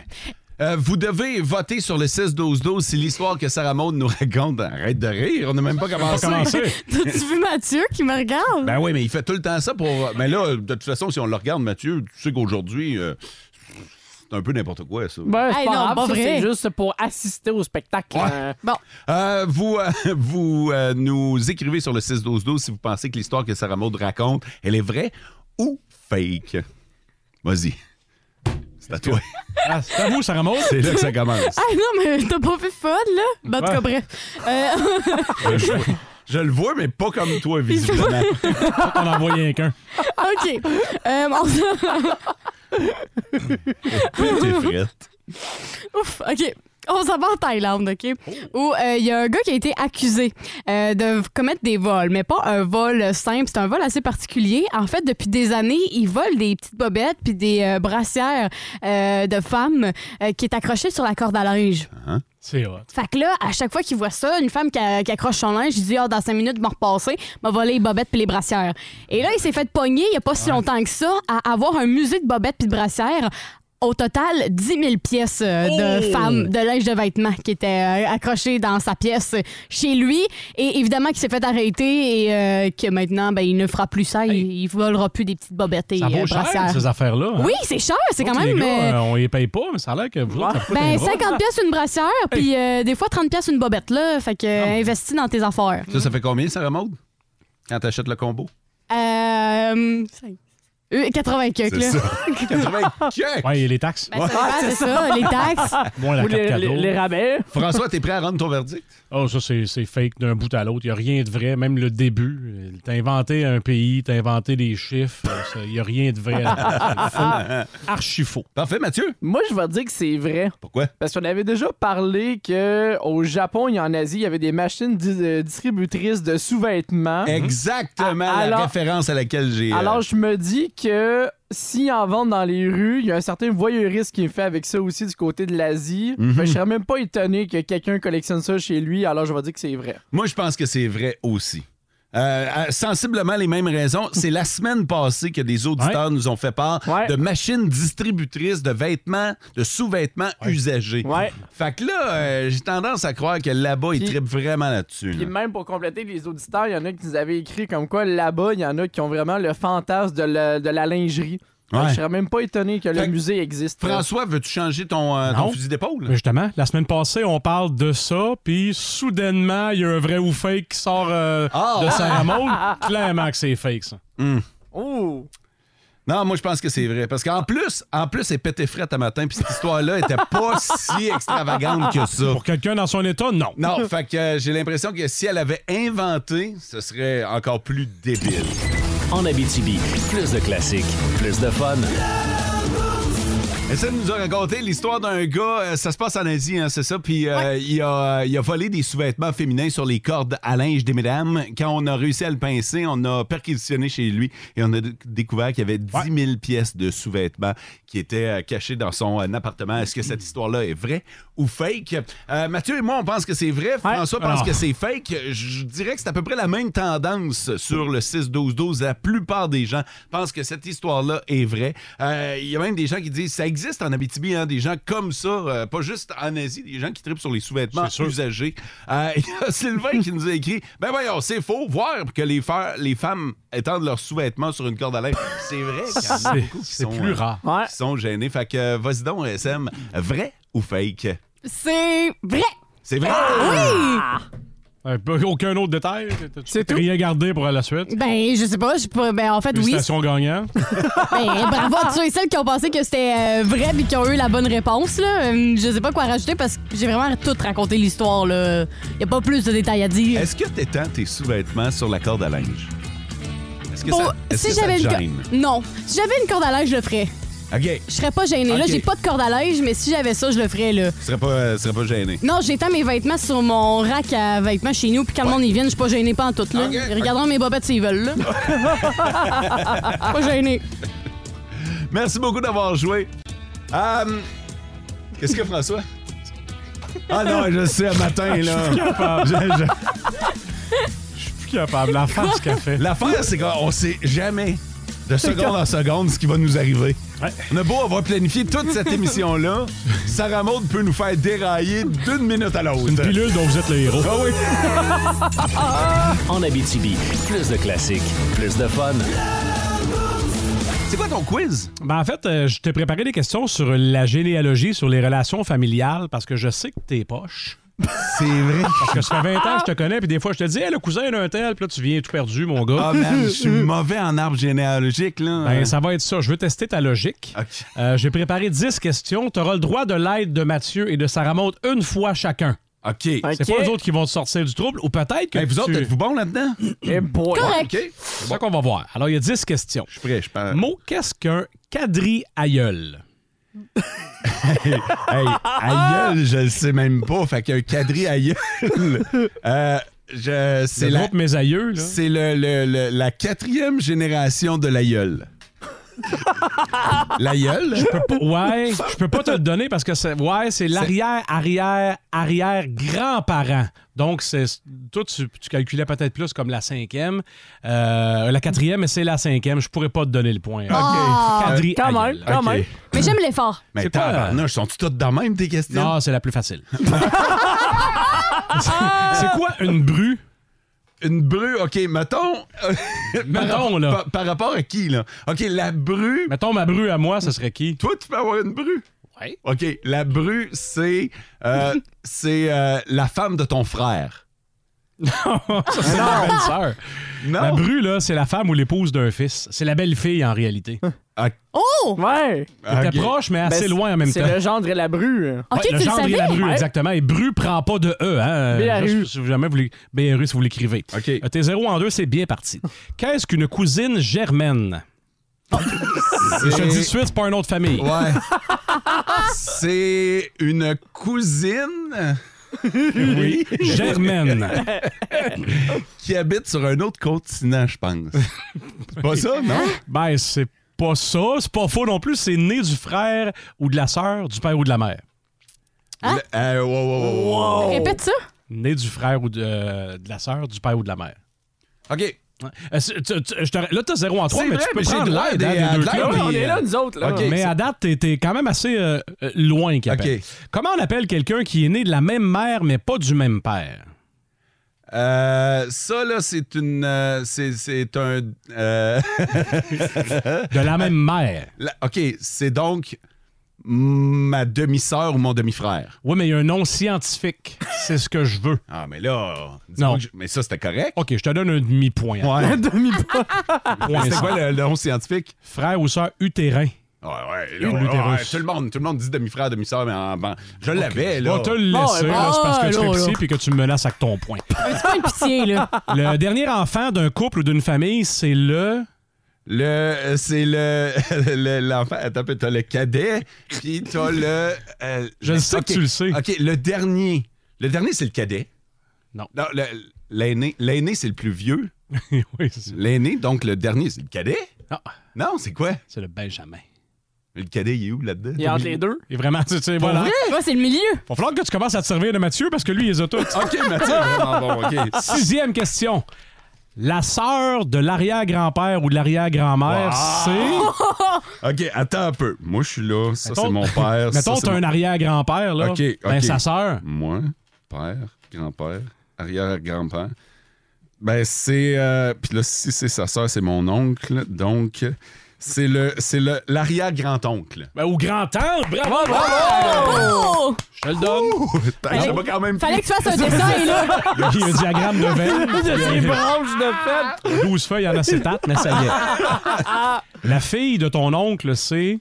S3: Euh, vous devez voter sur le 6-12-12 si l'histoire que Sarah Maud nous raconte. ben, Arrête de rire, on n'a même pas commencé.
S5: (laughs)
S3: (laughs)
S5: T'as-tu vu Mathieu qui me regarde?
S3: Ben oui, mais il fait tout le temps ça pour. Mais là, de toute façon, si on le regarde, Mathieu, tu sais qu'aujourd'hui, euh, c'est un peu n'importe quoi, ça.
S6: Ben, c'est
S5: Hey,
S6: pas
S5: non,
S6: grave,
S5: pas
S6: ça,
S5: vrai.
S6: c'est juste pour assister au spectacle. Euh,
S3: Euh, vous euh, (laughs) vous euh, nous écrivez sur le 6-12-12 si vous pensez que l'histoire que Sarah Maud raconte, elle est vraie ou fake. Vas-y. C'est à toi.
S4: Ah, c'est à vous, Sarah Maud.
S3: C'est là que ça commence.
S5: Ah non, mais t'as pas fait fun, là? Ben, en tout cas, bref. Euh,
S3: Je, je le vois, mais pas comme toi, visiblement.
S4: On en voyait qu'un.
S5: (laughs) OK. Euh, on-
S3: T'es frette.
S5: (laughs) Ouf, OK. On s'en va en Thaïlande, OK?
S3: Oh.
S5: Où euh, il y a un gars qui a été accusé euh, de commettre des vols, mais pas un vol simple, c'est un vol assez particulier. En fait, depuis des années, il vole des petites bobettes puis des euh, brassières euh, de femmes euh, qui est accrochée sur la corde à linge.
S3: Hein?
S4: C'est hot.
S5: Fait que là, à chaque fois qu'il voit ça, une femme qui, a- qui accroche son linge, il dit Ah, dans cinq minutes, je vais me repasser, m'a volé les bobettes puis les brassières. Et là, il s'est fait pogner il n'y a pas si longtemps que ça à avoir un musée de bobettes puis de brassières. Au total, 10 000 pièces euh, de
S7: Oh!
S5: femmes, de linge de vêtements qui étaient euh, accrochées dans sa pièce euh, chez lui. Et évidemment qu'il s'est fait arrêter et euh, que maintenant, ben, il ne fera plus ça. Il, il volera plus des petites bobettes et
S4: Ça
S5: euh,
S4: vaut
S5: brassières.
S4: cher, ces affaires-là. hein?
S5: Oui, c'est cher. C'est quand
S4: Autres, les
S5: même. euh,
S4: gars, euh, on les paye pas, mais ça a l'air que vous autres, ça coûte un
S5: ben,
S4: bras.
S5: 50
S3: (laughs)
S5: pièces une brassière, puis euh, des fois 30 pièces une bobette, là. Fait que
S3: Ah.
S5: euh, investis dans tes affaires.
S3: Ça, ça fait combien, Sarah Maud? Quand t'achètes le combo?
S5: Euh, euh, 80
S3: C'est
S5: cucks, là. (laughs)
S3: ça. 80 cucks.
S4: Ouais, et les taxes.
S5: Ben, ça dépend, c'est ça, les taxes.
S4: Moins la
S6: Ou
S4: carte
S6: les-
S4: cadeau.
S6: les- les rabais.
S3: (laughs) François, t'es prêt à rendre ton verdict?
S4: Oh, ça, c'est c'est fake d'un bout à l'autre. Il n'y a rien de vrai, même le début. Euh, T'as inventé un pays, t'as inventé des chiffres. Il n'y a rien
S3: (laughs)
S4: de vrai.
S6: (laughs)
S4: là-dedans. C'est faux. Archi faux.
S3: Parfait, Mathieu.
S6: Moi, je vais dire que c'est vrai.
S3: Pourquoi?
S6: Parce qu'on avait déjà parlé que au Japon et en Asie, il y avait des machines di- euh, distributrices de sous-vêtements.
S3: Mhm. Exactement
S6: Ah,
S3: la
S6: alors-
S3: référence à laquelle j'ai. euh,
S6: Alors, je me dis que s'ils en vendent dans les rues, il y a un certain voyeurisme qui est fait avec ça aussi du côté de l'Asie.
S3: Mhm.
S6: Fait que Je serais même pas étonné que quelqu'un collectionne ça chez lui, alors je vais dire que c'est vrai.
S3: Moi, je pense que c'est vrai aussi. Euh, euh, sensiblement les mêmes raisons. C'est la semaine passée que des auditeurs nous ont fait part de machines distributrices de vêtements, de sous-vêtements usagés. Fait que là, euh, j'ai tendance à croire que là-bas, ils trippent vraiment là-dessus. là.
S6: Puis même pour compléter les auditeurs, il y en a qui nous avaient écrit comme quoi là-bas, il y en a qui ont vraiment le fantasme de, la- de la lingerie. Fait que
S4: Ouais.
S6: Je serais même pas étonné que le musée existe.
S3: François, veux-tu changer ton, euh, ton
S4: Non.
S3: fusil d'épaule?
S4: Mais justement, la semaine passée, on parle de ça, puis soudainement, il y a un vrai ou fake qui sort euh,
S3: Ah!
S4: de Sarah Maud. Clairement que c'est fake, ça.
S3: Hmm.
S6: Oh!
S3: Non, moi, je pense que c'est vrai. Parce qu'en plus, en plus, c'est pété frette à matin, puis cette histoire-là était pas si extravagante que
S4: (laughs)
S3: ça.
S4: Pour quelqu'un dans son état, non.
S3: Non, fait que euh, j'ai l'impression que si elle avait inventé, ce serait encore plus débile.
S2: En Abitibi, plus de classiques, plus de fun.
S3: Essaie de nous a raconté l'histoire d'un gars, euh, ça se passe en Asie, hein, c'est ça, puis euh, il, a, il a volé des sous-vêtements féminins sur les cordes à linge des mesdames. Quand on a réussi à le pincer, on a perquisitionné chez lui et on a d- découvert qu'il y avait 10 000 pièces de sous-vêtements qui étaient euh, cachées dans son euh, appartement. Est-ce que cette histoire-là est vraie ou fake? Euh, Mathieu et moi, on pense que c'est vrai. François pense
S4: Alors.
S3: que c'est fake. Je dirais que c'est à peu près la même tendance sur le 6-12-12. La plupart des gens pensent que cette histoire-là est vraie. Euh, Il y a même des gens qui disent ça existe existe en Abitibi, hein, des gens comme ça, euh, pas juste en Asie, des gens qui tripent sur les sous-vêtements usagés. Euh, (laughs) Il y a Sylvain qui nous a écrit Ben voyons, c'est faux, voir que les, fer- les femmes étendent leurs sous-vêtements sur une corde à linge. C'est vrai qu'il y en a
S4: C'est-
S3: beaucoup qui
S4: c'est
S3: sont,
S4: plus
S3: euh,
S4: rare.
S3: qui sont gênés. Fait que, euh, vas-y donc, SM, vrai ou fake
S5: C'est vrai!
S3: C'est vrai
S7: Ah
S5: Oui!
S4: Euh, pas- Aucun autre détail? C'est tout? Rien gardé pour la suite?
S5: Ben, je sais pas, je suis pas- Ben, en fait, oui.
S4: Félicitations gagnant.
S5: Ben, bravo à tous ceux et celles qui ont pensé que c'était euh, vrai et qui ont eu la bonne réponse. Là. Euh, Je sais pas quoi rajouter parce que j'ai vraiment tout raconté l'histoire. là. Y a pas plus de détails à dire.
S3: Est-ce que t'étends tes sous-vêtements sur la corde à linge Est-ce que
S5: Bon,
S3: ça, est-ce que ça te
S5: une co-
S3: gêne
S5: Non. Si j'avais une corde à linge, je le ferais.
S3: OK.
S5: Je serais pas gênée. Là,
S3: Ok.
S5: j'ai pas de corde à linge, mais si j'avais ça, je le ferais. Là.
S3: Tu serais pas, euh, tu serais pas gêné.
S5: Non, j'étends mes vêtements sur mon rack à vêtements chez nous, puis quand le monde y vient, je suis pas gênée pas en tout. Là.
S3: Ok.
S5: Ils regarderont mes bobettes s'ils veulent.
S4: (laughs)
S5: Là. pas gênée.
S3: Merci beaucoup d'avoir joué. Hum, Qu'est-ce que François? Ah non, je sais, le matin,
S4: Je suis
S3: là.
S4: plus capable.
S3: Je- je-
S4: plus capable. La face qu'elle fait.
S3: L'affaire, c'est qu'on sait jamais, de seconde en seconde, ce qui va nous arriver. On a beau avoir planifié toute
S4: (laughs)
S3: cette émission-là, Sarah Maud peut nous faire dérailler d'une minute à l'autre. Une
S4: pilule dont vous êtes le héros.
S3: Ah oui.
S2: En Abitibi, plus de classiques, plus de fun.
S3: C'est quoi ton quiz?
S4: Ben en fait, euh, je t'ai préparé des questions sur la généalogie, sur les relations familiales, parce que je sais que t'es poche.
S3: C'est vrai.
S4: Parce que ça fait 20 ans que je te connais, puis des fois, je te dis, hey, le cousin d'un tel, puis là, tu viens tout perdu, mon gars.
S3: Ah, man, je
S4: (laughs)
S3: suis mauvais en arbre généalogique, là.
S4: Ben, ça va être ça. Je veux tester ta logique. Euh, J'ai préparé 10 questions. Tu auras le droit de l'aide de Mathieu et de Sarah Maud une fois chacun.
S3: OK.
S4: C'est pas eux autres qui vont te sortir du trouble, ou peut-être que.
S3: Hey, vous
S4: tu-
S3: autres, êtes-vous bons là-dedans?
S4: boy.
S3: Correct.
S4: C'est ça qu'on va voir. Alors, il y a 10 questions. Je suis
S3: prêt, je parle.
S4: Mot, qu'est-ce qu'un quadri-aïeul?
S3: (laughs) hey, aïeul, je le sais même pas. Fait qu'il y a un quadri
S4: (laughs)
S3: aïeul. Euh, je, c'est
S4: Le
S3: la,
S4: groupe Mes Aïeux, là.
S3: c'est le, le- le- la quatrième génération de
S4: (laughs)
S3: l'aïeul. l'aïeul?
S4: Je peux
S3: (laughs)
S4: pas, ouais, je peux pas te le donner parce que c'est, ouais, c'est l'arrière, arrière, arrière grand-parent. Donc, c'est, toi, tu, tu calculais peut-être plus comme la cinquième. Euh, la quatrième, mais c'est la cinquième. Je pourrais pas te donner le point.
S5: Ah.
S4: Quadri
S5: Quand même,
S4: aïeul.
S5: quand
S4: Ok.
S5: même. Mais j'aime l'effort.
S3: Mais
S4: C'est quoi, euh?
S3: tabarnouche, sont-tu toutes dans même tes questions?
S4: Non, c'est la
S3: (laughs)
S4: plus facile. c'est quoi une brue?
S3: Ah! Une brue, OK,
S4: (laughs)
S3: mettons...
S4: Mettons,
S3: par,
S4: là.
S3: Par, par rapport à qui, là? OK, la brue...
S4: Mettons ma brue à moi, ce serait qui?
S3: Toi, tu peux avoir une brue.
S4: Oui.
S3: OK, la brue, c'est...
S4: (laughs)
S3: euh, c'est euh, la femme de ton frère.
S4: Ah, Ça, c'est ma belle-sœur.
S3: Non.
S4: La brue, là, c'est la femme ou l'épouse d'un fils. C'est la belle-fille, en réalité.
S5: Hein. Oh!
S6: Ouais! Ben,
S4: Elle était proche, mais assez loin en même temps.
S6: C'est le gendre et la bru.
S4: Ah, Ouais, le gendre et la brue, exactement. Et bru prend pas de E. Hein?
S6: BRU.
S4: Juste, Si vous jamais vous l'é- BRU, si vous l'écrivez. Euh, Tes 0 en 2, c'est
S3: (laughs)
S4: bien parti. Qu'est-ce qu'une cousine germaine? Je te dis tout de suite, c'est pas une autre famille.
S3: Ouais. c'est une cousine...
S4: Oui. Germaine.
S3: (laughs) qui habite sur un autre continent, je
S4: (laughs)
S3: pense. C'est pas ça, non?
S4: Ben, c'est pas ça. C'est pas faux non plus. C'est né du frère ou de la sœur, du père ou de la mère.
S3: Le- euh, wow, wow, wow, wow.
S5: Répète ça.
S4: Né du frère ou de, euh, de la sœur, du père ou de la mère.
S3: OK.
S4: Ouais. Euh, c'est- tu- tu- je te- là, t'as 0 en 3,
S3: C'est
S4: mais
S3: vrai,
S4: tu peux
S3: mais j'ai
S4: prendre
S3: de l'aide
S4: l'aide hein,
S3: et
S4: des
S3: de
S4: deux
S3: l'aide,
S4: clubs.
S3: puis, Ouais, on est là,
S6: nous autres, là.
S4: OK,
S3: Mais
S4: mais à date, t'es, t'es quand même assez euh, euh, loin, qu'il appelle.
S3: OK.
S4: Comment on appelle quelqu'un qui est né de la même mère, mais pas du même père?
S3: Euh, ça, là, c'est une. euh, c'est, c'est un. euh, (laughs)
S4: De la même mère.
S3: la- OK, c'est donc ma demi-sœur ou mon demi-frère.
S4: Oui, mais il y a un nom scientifique. C'est ce que je veux.
S3: Ah, mais là. dis-moi
S4: Non.
S3: que je- Mais ça, c'était correct.
S4: OK, je te donne un demi-point.
S5: (laughs)
S3: Ouais.
S4: Point
S3: C'était
S4: cinq.
S3: quoi le, le nom scientifique?
S4: Frère ou sœur utérin.
S3: Ouais, ouais, là,
S4: Une
S3: ouais,
S4: utérus.
S3: ouais, tout, le monde, tout le monde dit demi-frère, demi-sœur, mais en- en- je l'avais, là.
S4: On te le laisser,
S5: ouais,
S4: là, c'est parce que
S5: ah,
S4: tu
S5: là,
S4: fais pitié
S5: là.
S4: (laughs) puis que tu me menaces avec ton point.
S5: Un petit peu de pitié, là.
S3: (laughs)
S4: Le dernier enfant d'un couple ou d'une famille, c'est le...
S3: Le, euh, c'est le, (laughs) le- l'enfant. Attends, un peu, t'as le cadet, puis t'as le. euh,
S4: Je le sais que
S3: OK.
S4: tu le sais.
S3: OK, le dernier. Le dernier, c'est le cadet.
S4: Non.
S3: Non, le- l'aîné, l'aîné, c'est le plus vieux.
S4: (laughs) oui, c'est
S3: L'aîné, donc le dernier, c'est le cadet.
S4: Ah,
S3: Non, c'est quoi?
S4: c'est le Benjamin.
S3: Le cadet, il est où là-dedans?
S6: Il y a entre les deux.
S4: Et vraiment, tu sais, voilà.
S5: Moi, c'est le milieu.
S4: Va falloir que
S5: (laughs)
S4: tu commences à te servir de Mathieu parce que lui, il les a toutes.
S3: OK, Mathieu, vraiment bon, OK.
S4: Sixième question. La sœur de l'arrière-grand-père ou de l'arrière-grand-mère, c'est...
S3: OK, attends un peu. Moi, je suis là. Ça, c'est mon
S4: (laughs)
S3: père. ça,
S4: Mettons,
S3: c'est
S4: t'as
S3: mon-
S4: un arrière-grand-père, là.
S3: OK, OK.
S4: Ben, sa sœur.
S3: Moi, père, grand-père, arrière-grand-père. Ben, c'est. euh, Puis là, si c'est sa sœur, c'est mon oncle. Donc, c'est le, c'est le, l'arrière-grand-oncle.
S4: Ben, ou grand-tante. Bravo, bravo!
S5: Bravo!
S4: Je te le donne. Ben,
S3: Putain, j'ai pas quand même
S5: Fallait que tu fasses un dessin, là.
S4: Il y a un diagramme de
S5: (laughs)
S6: Il y a des
S4: veine.
S6: branches de fête.
S4: 12 feuilles en acétate, mais ça y
S5: Ah.
S4: est. La fille de ton oncle, c'est.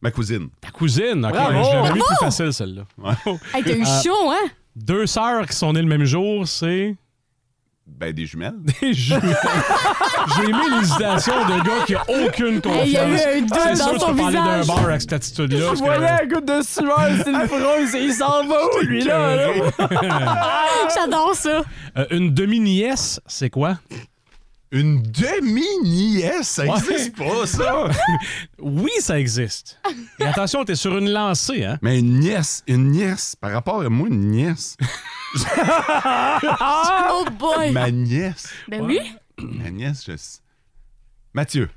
S3: Ma cousine.
S4: Ta cousine, ok.
S5: Bravo.
S4: Je l'avais mis
S5: Bravo.
S4: plus facile, celle-là.
S5: Hey, t'as eu
S4: Euh,
S5: chaud, hein?
S4: Deux sœurs qui sont nées le même jour, c'est.
S3: Ben, des jumelles.
S4: Des jumelles. J'ai aimé l'hésitation de gars qui a aucune confiance.
S6: Hey, il y a eu un doute
S4: C'est sûr
S6: dans
S4: que
S6: son
S4: tu peux parler d'un
S6: visage.
S4: bar avec cette attitude-là.
S6: Je
S4: parce que-
S6: voyais
S4: (laughs)
S6: un goutte de sueur, c'est le front, il s'est- il s'en va où, lui-là? là?
S4: (laughs)
S6: (laughs)
S5: J'adore ça.
S4: Euh, une demi-nièce, c'est quoi?
S3: Une demi-nièce? Ça
S4: existe
S3: pas, ça!
S4: (laughs) oui, ça existe. Et attention, t'es sur une lancée, hein?
S3: Mais une nièce, une nièce. Par rapport à moi, une nièce.
S4: Ah.
S5: oh boy! (laughs)
S3: Ma nièce.
S5: Ben oui.
S3: Ma nièce, je sais. Mathieu,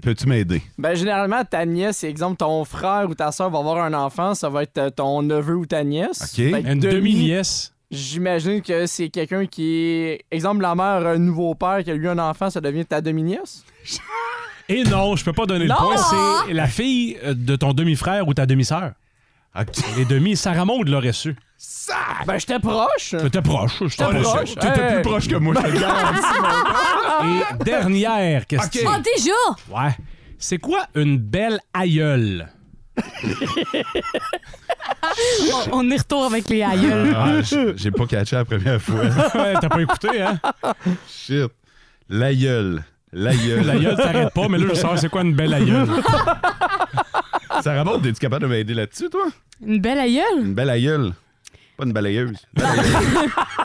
S3: peux-tu m'aider?
S6: Ben, généralement, ta nièce, exemple, ton frère ou ta soeur va avoir un enfant, ça va être euh, ton neveu ou ta nièce.
S3: OK.
S6: Fait que
S4: Une
S6: demi,
S4: demi-nièce.
S6: J'imagine que c'est quelqu'un qui est. Exemple, la mère a un nouveau père qui a eu un enfant, ça devient ta demi-nièce?
S4: Et non, je peux pas donner
S6: Non!
S4: le point. C'est la fille euh, de ton demi-frère ou ta demi-sœur. Les demi, Sarah Maud l'aurait su.
S6: Ben, j'étais proche!
S4: T'étais proche. J'étais
S6: J'étais proche. Hey.
S4: plus proche que moi. je te le garde. Et dernière question.
S5: Oh,
S4: (laughs)
S5: déjà!
S4: Ouais. C'est quoi une belle aïeule?
S5: On- On y retourne avec les aïeuls.
S3: Ah, j- J'ai pas catché la première
S5: (laughs)
S4: (laughs)
S3: fois. Ah,
S4: Ouais, T'as pas écouté, hein?
S3: Shit. L'aïeul. L'aïeul.
S4: L'aïeule, t'arrêtes pas, mais là, je sais c'est quoi une belle aïeule.
S3: (laughs) Sarah Maud, es-tu capable de m'aider là-dessus, toi?
S5: Une belle aïeule?
S3: Une belle aïeule. Pas une balayeuse.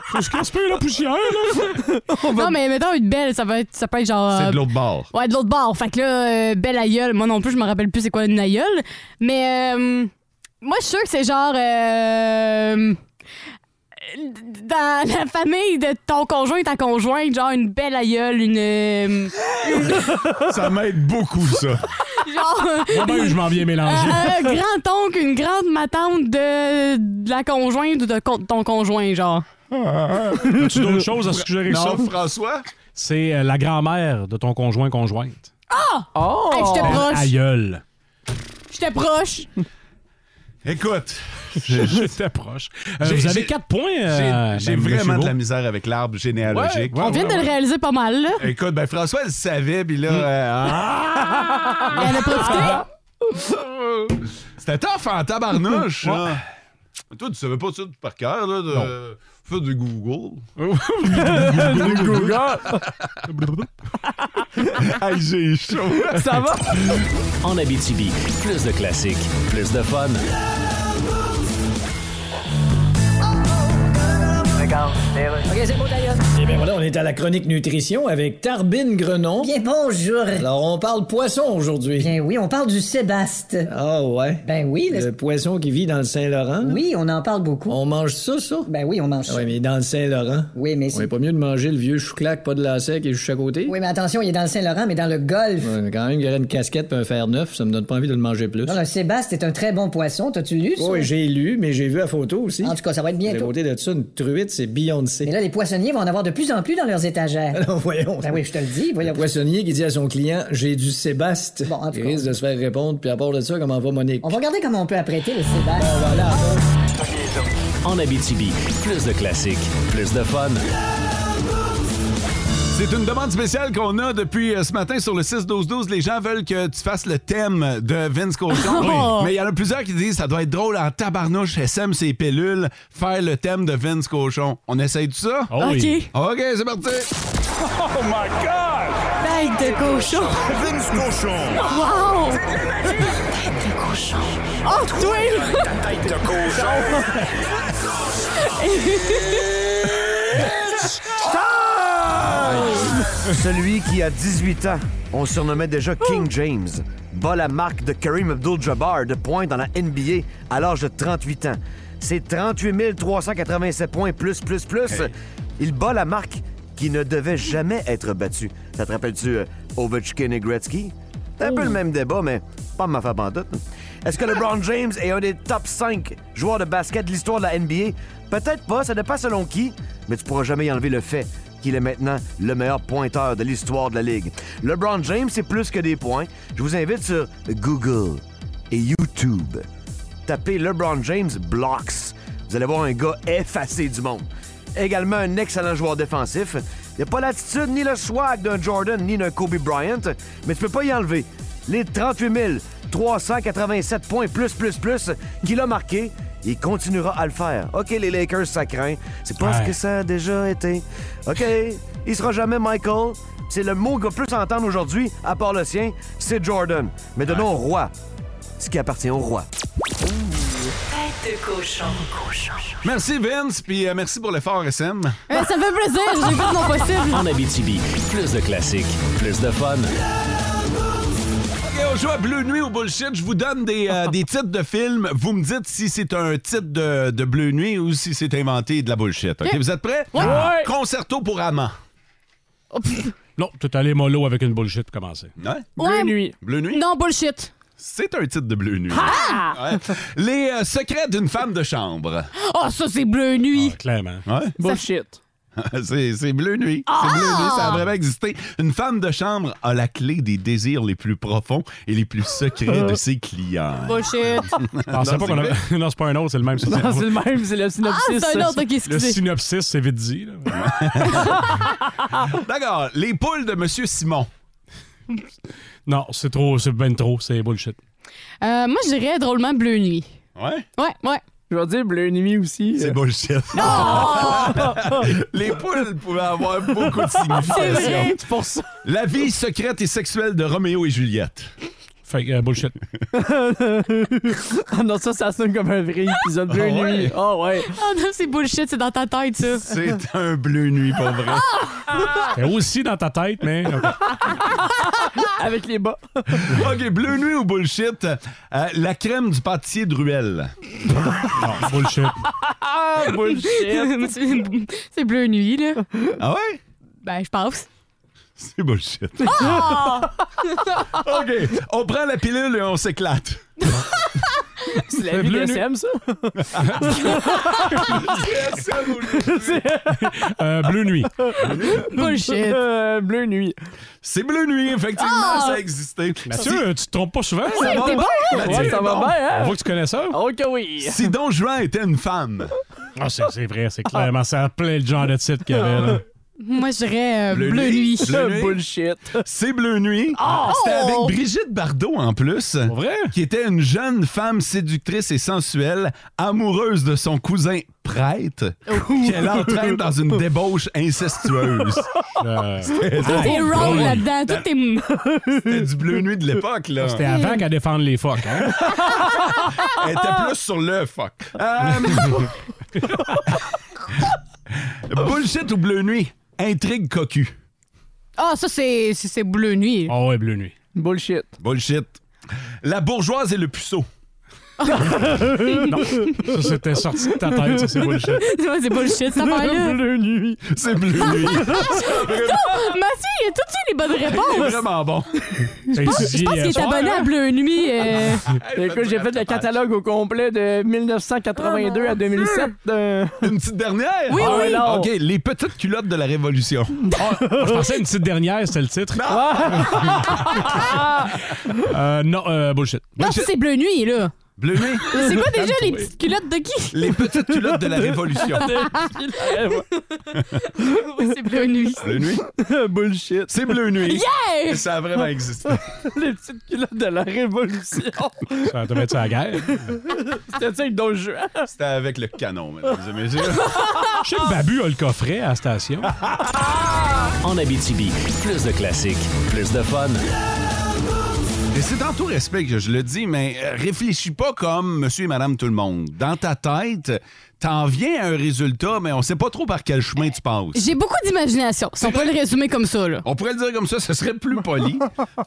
S4: Faut se casper la
S3: (laughs)
S4: poussière, là.
S5: Non, mais mettons une belle, ça peut être, ça peut être genre.
S3: C'est
S5: euh,
S3: de l'autre bord.
S5: Ouais, de l'autre bord. Fait que là, euh, belle aïeule. Moi non plus, je me rappelle plus c'est quoi une aïeule. Mais euh, moi, je suis sûre que c'est genre. euh, dans la famille de ton conjoint et ta conjointe, genre une belle aïeule, une. euh, (laughs)
S3: Ça m'aide beaucoup, ça.
S5: genre.
S4: Moi, ben, je m'en viens mélanger.
S5: un grand-oncle, une grande matante de, de la conjointe ou de con- ton conjoint, genre.
S4: Ah,
S3: (laughs)
S4: As-tu d'autres choses à suggérer que ça?
S3: Non, François?
S4: C'est euh, la grand-mère de ton conjoint-conjointe.
S6: Oh!
S5: Hey, j'étais
S4: Belle
S5: proche.
S4: aïeule.
S5: J'étais proche.
S4: (laughs)
S3: Écoute,
S4: J'étais proche. Euh,
S3: J'ai-
S4: vous avez
S3: j'ai-
S4: quatre points. euh,
S3: j'ai j'ai
S4: Mme
S3: vraiment de
S4: Lecheveau.
S3: la misère avec l'arbre généalogique.
S5: On vient de le réaliser pas mal, là.
S3: Écoute, ben François, elle savait, puis là...
S4: Mm.
S3: euh,
S4: (laughs)
S5: Elle en a profité.
S3: Ah. C'était tough en tabarnouche. hein. Toi, tu savais pas ça par cœur, là, de faire du Google. (laughs) hey, j'ai chaud.
S6: Ça va?
S2: En Abitibi, plus de classiques, plus de fun.
S9: OK, c'est bon, d'ailleurs.
S10: Eh bien voilà, on est à la chronique nutrition avec Tarbine Grenon.
S9: Bien, bonjour.
S10: Alors on parle poisson aujourd'hui.
S9: Bien oui, on parle du Sébaste.
S10: Ah ouais.
S9: Ben oui, le-
S10: Le poisson qui vit dans le Saint-Laurent. là.
S9: oui, on en parle beaucoup.
S10: On mange ça, ça?
S9: Ben oui, on mange ça.
S10: Oui, mais dans le Saint-Laurent.
S9: Oui, mais
S10: On
S9: c'est...
S10: est pas mieux de manger le vieux chou-clac, pas de lacet qui est juste à côté?
S9: Oui, mais attention, il est dans le Saint-Laurent, mais dans le Golfe.
S10: Ouais, mais quand même, il y aurait une casquette et un fer neuf, ça me donne pas envie de le manger plus.
S9: Non, le Sébaste est un très bon poisson. T'as-tu lu ça?
S10: Oui, j'ai lu, mais j'ai vu à photo aussi.
S9: En tout cas, ça va être
S10: À
S9: bientôt.
S10: côté de ça, une truite, c'est Beyoncé.
S9: Mais là, les poissonniers vont en avoir de plus en plus dans leurs
S10: (laughs)
S9: étagères.
S10: Non, voyons.
S9: Ben oui, je te le dis.
S10: Le
S9: Voyons.
S10: poissonnier qui dit à son client J'ai du Sébaste.
S9: Bon, en tout
S10: il
S9: cas.
S10: risque de se faire répondre, puis à part de ça, comment va Monique
S9: On va regarder comment on peut apprêter le Sébaste.
S2: En Abitibi, plus de classiques, plus de fun.
S3: C'est une demande spéciale qu'on a depuis euh, ce matin sur le 6-12-12. Les gens veulent que tu fasses le thème de Vince Cochon.
S5: Oh!
S3: Mais il y en a plusieurs qui disent ça doit être drôle en tabarnouche, SM, ses pilules, faire le thème de Vince Cochon. On essaye tout ça?
S4: Oh oui.
S5: OK.
S3: OK, c'est parti!
S5: Oh Tête de cochon.
S12: Vince Cochon.
S5: Wow! Oh, toi, là!
S12: Tête de cochon.
S14: Celui qui a 18 ans, on surnommait déjà King James, bat la marque de Kareem Abdul-Jabbar de points dans la NBA à l'âge de 38 ans. C'est 38 387 points plus, plus, plus. Il bat la marque qui ne devaient jamais être battus. Ça te rappelle-tu euh, Ovechkin et Gretzky? C'est un peu le même débat, mais pas ma femme en doute. Est-ce que LeBron James est un des top 5 joueurs de basket de l'histoire de la NBA? Peut-être pas, ça dépend selon qui, mais tu pourras jamais y enlever le fait qu'il est maintenant le meilleur pointeur de l'histoire de la Ligue. LeBron James, c'est plus que des points. Je vous invite sur Google et YouTube. Tapez LeBron James Blocks. Vous allez voir un gars effacé du monde. Également un excellent joueur défensif. Il n'a pas l'attitude ni le swag d'un Jordan ni d'un Kobe Bryant, mais tu peux pas y enlever les 38 387 points plus plus plus qu'il a marqué. Il continuera à le faire. OK, les Lakers, ça craint. C'est pas ce
S15: Ouais.
S14: que ça a déjà été. OK, il sera jamais Michael. C'est le mot qu'on peut s'entendre aujourd'hui, à part le sien, c'est Jordan. Mais donnons au roi ce qui appartient au roi.
S1: Tête de cochon.
S3: Merci Vince, puis euh, merci pour l'effort SM.
S5: Euh, ça me fait plaisir, j'ai fait mon possible.
S2: En Abitibi, plus de classiques, plus de fun.
S3: Ok, on joue à Bleu Nuit ou Bullshit. Je vous donne des, euh, des titres de films. Vous me dites si c'est un titre de, de Bleu Nuit ou si c'est inventé de la bullshit. Ok,
S4: Ok.
S3: Vous êtes prêts? Ah.
S4: Ouais. Ouais.
S3: Concerto pour amant.
S4: Non, t'es allé mollo avec une bullshit pour commencer.
S3: Ouais?
S5: Ouais. Nuit.
S3: Bleu Nuit?
S5: Oh. Non, bullshit.
S3: C'est un titre de Bleu Nuit.
S5: Ah!
S3: Ouais. Les euh, secrets d'une femme de chambre.
S5: Oh, ça, c'est bleu nuit.
S4: Ah, Clairement.
S3: Ouais?
S5: Bullshit.
S3: (laughs) c'est c'est Bleu Nuit.
S5: Ah!
S3: C'est Bleu Nuit, ça a vraiment existé. Une femme de chambre a la clé des désirs les plus profonds et les plus secrets de ses clients.
S5: Bullshit.
S4: Je pensais
S3: Non,
S4: pas
S3: c'est
S4: qu'on
S3: vrai.
S4: avait- (laughs) Non, c'est pas un autre, c'est le même. ça.
S6: Non, c'est le même, c'est le synopsis.
S5: Ah, c'est un autre, ok,
S4: Le
S5: excusez.
S4: synopsis, c'est vite dit. là.
S3: (laughs) D'accord. Les poules de M. Simon.
S4: Non, c'est trop, c'est ben trop, c'est bullshit.
S5: Euh, moi, je dirais drôlement bleu nuit.
S3: Ouais?
S5: Ouais, ouais.
S6: Je vais dire bleu nuit aussi.
S3: C'est bullshit. (laughs)
S6: Ah!
S3: Les poules pouvaient avoir beaucoup de
S5: Ah,
S3: signification.
S6: C'est pour ça.
S3: La vie secrète et sexuelle de Roméo et Juliette.
S4: Fait que euh, bullshit.
S6: (laughs) ah non, ça, ça sonne comme un vrai épisode bleu
S3: Ah ouais?
S6: nuit. Ah ouais.
S5: Oh non, c'est bullshit, c'est dans ta tête, ça.
S3: C'est (laughs) un bleu nuit, pour vrai.
S6: Ah!
S4: C'est aussi dans ta tête, mais. ok.
S6: (laughs) Avec les bas.
S3: OK, bleu nuit ou bullshit? euh, la crème du pâtissier de Ruelle.
S4: Non, bullshit.
S6: Ah,
S5: C'est- (laughs) c'est bleu nuit, là.
S3: Ah ouais?
S5: Ben, je pense.
S3: C'est bullshit.
S6: Ah!
S5: Oh!
S3: Ah! OK, on prend la pilule et on s'éclate.
S6: C'est
S4: C'est
S6: la vie
S4: bleu
S6: de
S4: nuit.
S5: (laughs)
S6: SM, ça?
S4: (laughs) Euh, bleu nuit.
S5: Bullshit.
S6: Euh, bleu nuit.
S3: C'est bleu nuit, effectivement,
S6: Ah!
S3: ça a existé.
S4: Mathieu, tu te trompes pas souvent?
S3: Ça
S4: ça? Ben,
S3: va
S5: hein?
S3: bien, Mathieu,
S6: Ouais, ça va
S3: bon.
S6: bien, hein?
S4: On voit que tu connais ça?
S6: Ok, oui.
S3: Si Don Juan était une femme.
S4: Ah, c'est c'est vrai, c'est clairement ça. Plein le genre de titre qu'il y avait. Là.
S5: Moi, je dirais euh, bleu, nuit.
S3: Bleu nuit.
S6: Bullshit.
S3: C'est Bleu Nuit.
S5: Oh!
S3: C'était avec Brigitte Bardot en plus.
S4: vrai?
S3: Qui était une jeune femme séductrice et sensuelle, amoureuse de son cousin prêtre,
S4: Oh.
S3: qu'elle entraîne dans une débauche incestueuse.
S4: (laughs) Euh,
S5: Tout est wrong
S4: Bleu nuit.
S5: là-dedans. Tout est.
S3: C'était du Bleu Nuit de l'époque, là.
S4: C'était avant qu'elle défende les phoques.
S3: (laughs)
S4: Hein?
S3: Elle était plus sur le fuck. Euh, (laughs) Bullshit ou Bleu Nuit? Intrigue cocu.
S5: Ah, ça, c'est c'est- c'est bleu nuit.
S4: Ah ouais, bleu nuit.
S6: Bullshit.
S3: Bullshit. La bourgeoise et le
S4: (laughs)
S3: puceau.
S4: Ça, c'était sorti de ta tête, ça, c'est bullshit.
S5: (laughs) Ouais, c'est bullshit, cette affaire-là.
S6: Bleu nuit.
S3: C'est Bleu Nuit.
S5: (laughs) Mathieu, il a tout de suite les bonnes
S3: C'est
S5: réponses.
S3: vraiment bon.
S4: Je
S5: Je pense qu'il est abonné à Bleu Nuit. euh,
S6: Ah, Écoute, j'ai fait le catalogue au complet de 1982
S4: Ah,
S6: à 2007. euh,
S3: Une petite dernière?
S5: Oui,
S6: Ah oui. ouais, non. Ah,
S3: OK, les petites culottes de la Révolution. Ah,
S4: Je pensais à une petite dernière, c'était le titre.
S3: (laughs)
S4: Euh, non, euh, bullshit.
S5: Non, ça, c'est Bleu Nuit, là.
S3: Bleu nuit,
S5: C'est quoi déjà les petites culottes de qui?
S3: les petites culottes de la Révolution. (laughs)
S5: Oui, (laughs) c'est Bleu Nuit.
S3: Bleu nuit?
S6: (laughs) Bullshit.
S3: C'est bleu nuit.
S5: Hey!
S3: Ça a vraiment existé.
S6: (laughs) Les petites culottes de la révolution. (laughs)
S4: Ah, Ça devait être à la guerre.
S6: C'était ça avec Don Juan.
S3: C'était avec le canon, mesdames et
S6: (laughs)
S3: messieurs.
S4: Je
S5: Ah.
S4: sais que Babu a le coffret à la station.
S2: En Abitibi, plus de classiques, plus de fun.
S3: Et c'est dans tout respect que je le dis, mais euh, réfléchis pas comme monsieur et madame tout le monde. Dans ta tête, t'en viens à un résultat, mais on sait pas trop par quel chemin tu passes.
S5: J'ai beaucoup d'imagination. Si on peut le résumer comme ça, là.
S3: On pourrait le dire comme ça, ce serait plus
S5: (laughs)
S3: poli.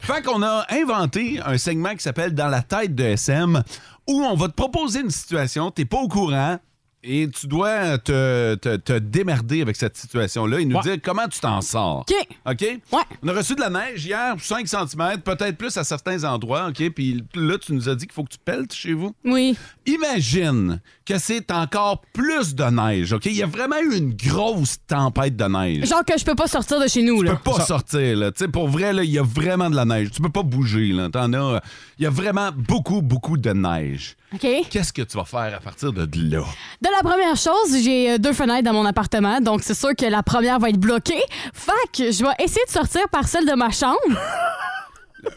S3: fait qu'on a inventé un segment qui s'appelle Dans la tête de SM, où on va te proposer une situation, t'es pas au courant, et tu dois te, te- te démerder avec cette situation-là et nous dire comment tu t'en sors.
S5: OK.
S3: OK? On a reçu de la neige hier, 5 cm, peut-être plus à certains endroits. OK? Puis là, tu nous as dit qu'il faut que tu peltes chez vous.
S5: Oui.
S3: Imagine que c'est encore plus de neige. OK? Il y a vraiment eu une grosse tempête de neige.
S5: Genre que je peux pas sortir de chez nous. là.
S3: Tu peux pas sortir, là. Tu sais, pour vrai, là, il y a vraiment de la neige. Tu peux pas bouger, là. T'en as... euh, Il y a vraiment beaucoup, beaucoup de neige.
S5: OK.
S3: Qu'est-ce que tu vas faire à partir de là?
S5: De la première chose, j'ai euh, deux fenêtres dans mon appartement, donc c'est sûr que la première va être bloquée. Fac, je vais essayer de sortir par celle de ma
S3: (laughs)
S5: chambre,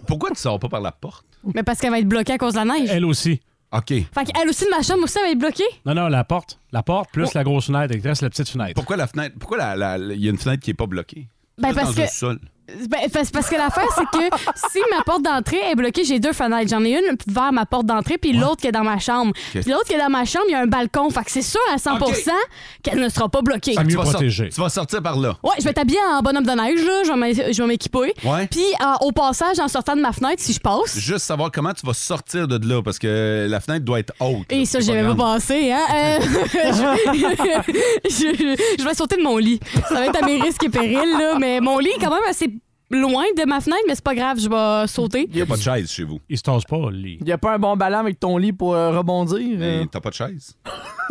S3: Pourquoi tu sors pas par la porte?
S5: mais parce qu'elle va être bloquée à cause de la neige.
S4: Elle aussi.
S3: OK.
S5: Fait qu'elle aussi de ma chambre aussi, elle va être bloquée.
S4: Non, non, la porte. La porte plus
S5: Oh.
S4: la grosse fenêtre. Il te reste la petite fenêtre.
S3: Pourquoi la fenêtre? Pourquoi la- la- la- il y a une fenêtre qui est pas bloquée?
S5: Ben,
S3: Juste
S5: parce
S3: dans
S5: que-
S3: le sol.
S5: Ben, parce, parce que l'affaire, c'est
S3: (laughs)
S5: que si ma porte d'entrée est bloquée, j'ai deux fenêtres. J'en ai une vers ma porte d'entrée, puis l'autre qui est dans ma chambre.
S3: Qu'est-ce-
S5: Puis l'autre qui est dans ma chambre, il y a un balcon. Fait que c'est sûr à 100
S3: OK.
S5: qu'elle ne sera pas bloquée.
S3: Fait que tu vas sor- Tu vas sortir par là.
S5: Ouais, je vais t'habiller en bonhomme de neige, là. Je vais m'é- je vais m'équiper.
S3: Ouais.
S5: Puis euh, au passage, en sortant de ma fenêtre, si je passe.
S3: Juste savoir comment tu vas sortir de là, parce que la fenêtre doit être haute.
S5: Et ça, j'avais pas
S3: grande.
S5: pensé, hein? Euh, (laughs) je, je- je vais sauter de mon lit. Ça va être à mes risques et périls, là. Mais mon lit est quand même assez loin de ma fenêtre, mais c'est pas grave, je vais sauter.
S3: Il n'y a pas de chaise chez vous.
S4: Il se tasse pas, le lit.
S6: Il n'y a pas un bon ballon avec ton lit pour euh, rebondir.
S3: Mais t'as pas de chaise.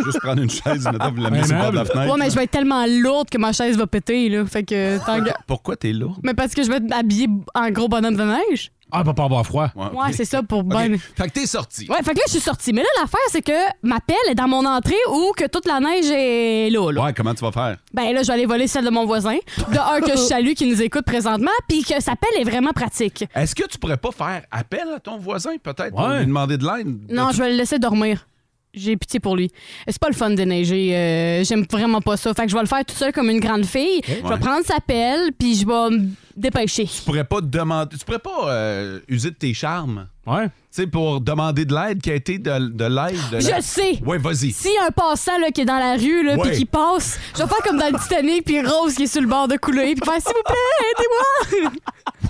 S3: Juste prendre une chaise, mettons, vous la mettez sur le bord de la fenêtre.
S5: Ouais, mais je vais être tellement lourde que ma chaise va péter, là. Fait que. tant (laughs) que-
S3: Pourquoi t'es lourde?
S5: Mais parce que je vais être habillée en gros bonhomme de neige.
S4: Ah, pas pas avoir froid.
S3: Ouais,
S5: Ouais, c'est ça pour
S3: OK.
S5: bonne.
S3: Fait que t'es sorti.
S5: Ouais, fait que là, je suis sortie. Mais là, l'affaire, c'est que ma pelle est dans mon entrée ou que toute la neige est là, là.
S3: Ouais, comment tu vas faire?
S5: Ben là, je vais aller voler celle de mon voisin. De un, que je salue, qui nous écoute présentement, puis que sa pelle est vraiment pratique.
S3: Est-ce que tu pourrais pas faire appel à ton voisin, peut-être, pour lui demander de l'aide?
S5: Non, je vais le laisser dormir. J'ai pitié pour lui. C'est pas le fun de neiger. euh, J'aime vraiment pas ça. Fait que je vais le faire toute seule comme une grande fille. Je
S3: Ouais.
S5: vais prendre sa pelle, puis je vais me dépêcher.
S3: Tu pourrais pas te demander. Tu pourrais pas euh, user de tes charmes.
S4: Ouais. Tu
S3: sais, pour demander de l'aide, qui a été de, de l'aide. de
S5: Je
S3: la-
S5: sais.
S3: Ouais, vas-y.
S5: Si un passant là, qui est dans la rue là,
S3: Ouais.
S5: puis qui passe, je vais faire comme dans le Titanic puis Rose qui est sur le bord de couler puis faire s'il vous plaît,
S3: (laughs)
S5: aidez-moi.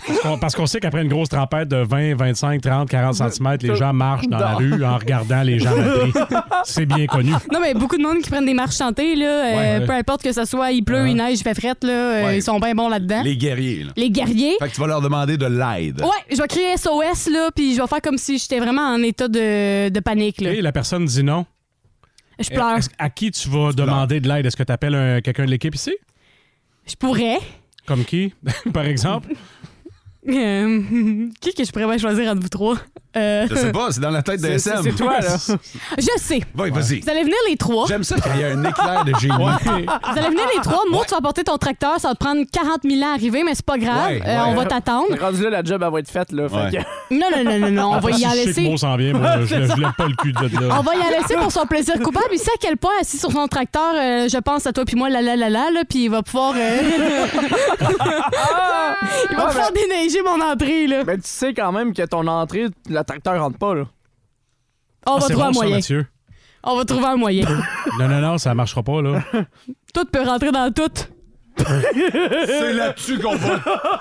S4: Parce qu'on- Parce qu'on sait qu'après une grosse tempête de 20, 25, 30, 40 cm, les gens marchent dans la
S5: Non.
S4: rue en regardant les
S5: (laughs)
S4: gens marcher. C'est bien connu.
S5: Non mais beaucoup de monde qui prennent des marches chantées là, euh,
S4: Ouais.
S5: peu importe que ce soit il pleut, il neige, il fait frette là, euh,
S3: Hein? Ouais.
S5: ils sont bien bons là-dedans.
S3: Les guerriers. là.
S5: Les guerriers.
S3: Fait que tu vas leur demander de l'aide.
S5: Ouais, je vais crier SOS là, puis je vais faire comme si j'étais vraiment en état de, de panique là.
S4: Et la personne dit non.
S5: Je pleure.
S4: Est-ce- À qui tu vas demander de l'aide? Est-ce que tu appelles quelqu'un de l'équipe ici?
S5: Je pourrais.
S4: Comme qui, (laughs) par exemple?
S5: Euh, (laughs) qui que je pourrais bien choisir entre vous trois Euh,
S3: Je sais pas, c'est dans la tête de
S4: C'est-
S3: SM.
S4: c'est- c'est toi,
S3: (laughs)
S4: là.
S5: Je sais.
S3: Ouais, vas-y.
S5: Vous allez venir les trois.
S3: J'aime ça quand il y a un (laughs) éclair de génie.
S4: Ouais.
S5: Vous allez venir les trois. Moi, tu vas porter ton tracteur. Ça va te prendre 40 000 ans à arriver, mais c'est pas grave.
S6: Ouais,
S5: Euh,
S6: ouais.
S5: On va t'attendre.
S6: Rendu là, la job, elle va être faite, là. fait
S4: Ouais. Ah,
S6: que-
S5: Non, non, non, non, non. On va y en
S4: Je sais que
S5: laisser.
S4: Mo s'en vient,
S5: (laughs)
S4: moi, je
S6: C'est
S4: je
S6: ça.
S4: lève pas le cul de là.
S5: On va y en laisser pour son plaisir coupable. Il sait à quel point, assis sur son tracteur, euh, je pense à toi puis moi, la la la la, là, puis il va pouvoir. euh, (laughs) il va pouvoir déneiger mon entrée, là.
S6: Mais tu sais quand même que ton entrée, le tracteur rentre pas, là.
S5: On va
S4: Ah, C'est
S5: trouver
S4: bon,
S5: un
S4: ça,
S5: moyen.
S4: Mathieu.
S5: On va trouver un moyen.
S4: Non, non, non, ça marchera pas, là.
S5: tout peut rentrer dans tout.
S3: C'est là-dessus qu'on va.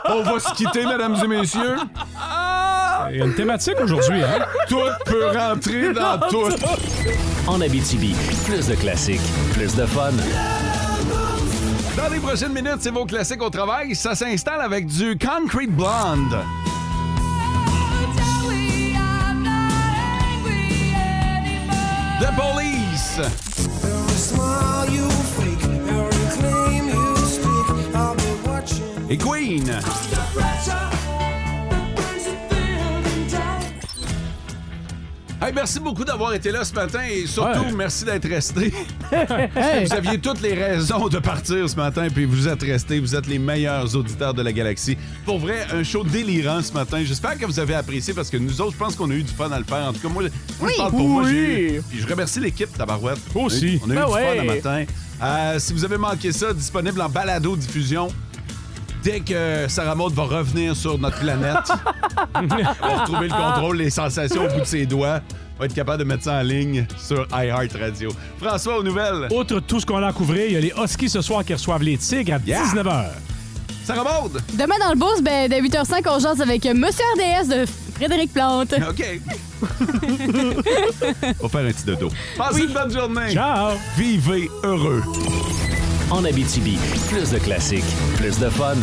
S3: On va se quitter, mesdames et messieurs.
S4: Ah! Il y a une thématique aujourd'hui, hein?
S3: Tout peut rentrer
S2: (laughs)
S3: dans tout.
S2: En Abitibi, plus de classiques, plus de fun.
S3: Dans les prochaines minutes, c'est vos classiques au travail. Ça s'installe avec du Concrete Blonde. The Police. Et Queen. Hey, merci beaucoup d'avoir été là ce matin et surtout (laughs) merci d'être resté. (laughs) vous aviez toutes les raisons de partir ce matin puis vous êtes restés. Vous êtes les meilleurs auditeurs de la galaxie. Pour vrai, un show délirant ce matin. J'espère que vous avez apprécié parce que nous autres, je pense qu'on a eu du fun à le faire. En tout cas, moi, moi, je parle pour moi.
S6: Oui.
S3: j'ai eu- Puis je remercie l'équipe Tabarouette.
S4: Moi aussi.
S3: On a eu
S6: Ben
S3: du
S6: ouais.
S3: fun le matin. Euh, si vous avez manqué ça, disponible en balado diffusion. Dès que euh, Sarah Maud va revenir sur notre
S6: (laughs)
S3: planète, on
S7: Ah,
S3: va retrouver le contrôle, les sensations au bout de ses doigts. On va être capable de mettre ça en ligne sur iHeart Radio. François, aux nouvelles.
S4: Outre tout ce qu'on a à couvrir, il y a les Huskies ce soir qui reçoivent les Tigres à 19h.
S3: Ça remonte!
S5: Demain dans le boost, ben, dès 8h05, on jase avec euh, Monsieur RDS de Frédéric Plante.
S3: OK. On va faire un petit dodo. Passez une bonne journée.
S4: Ciao.
S3: Vivez heureux.
S2: En Abitibi, plus de classiques, plus de fun.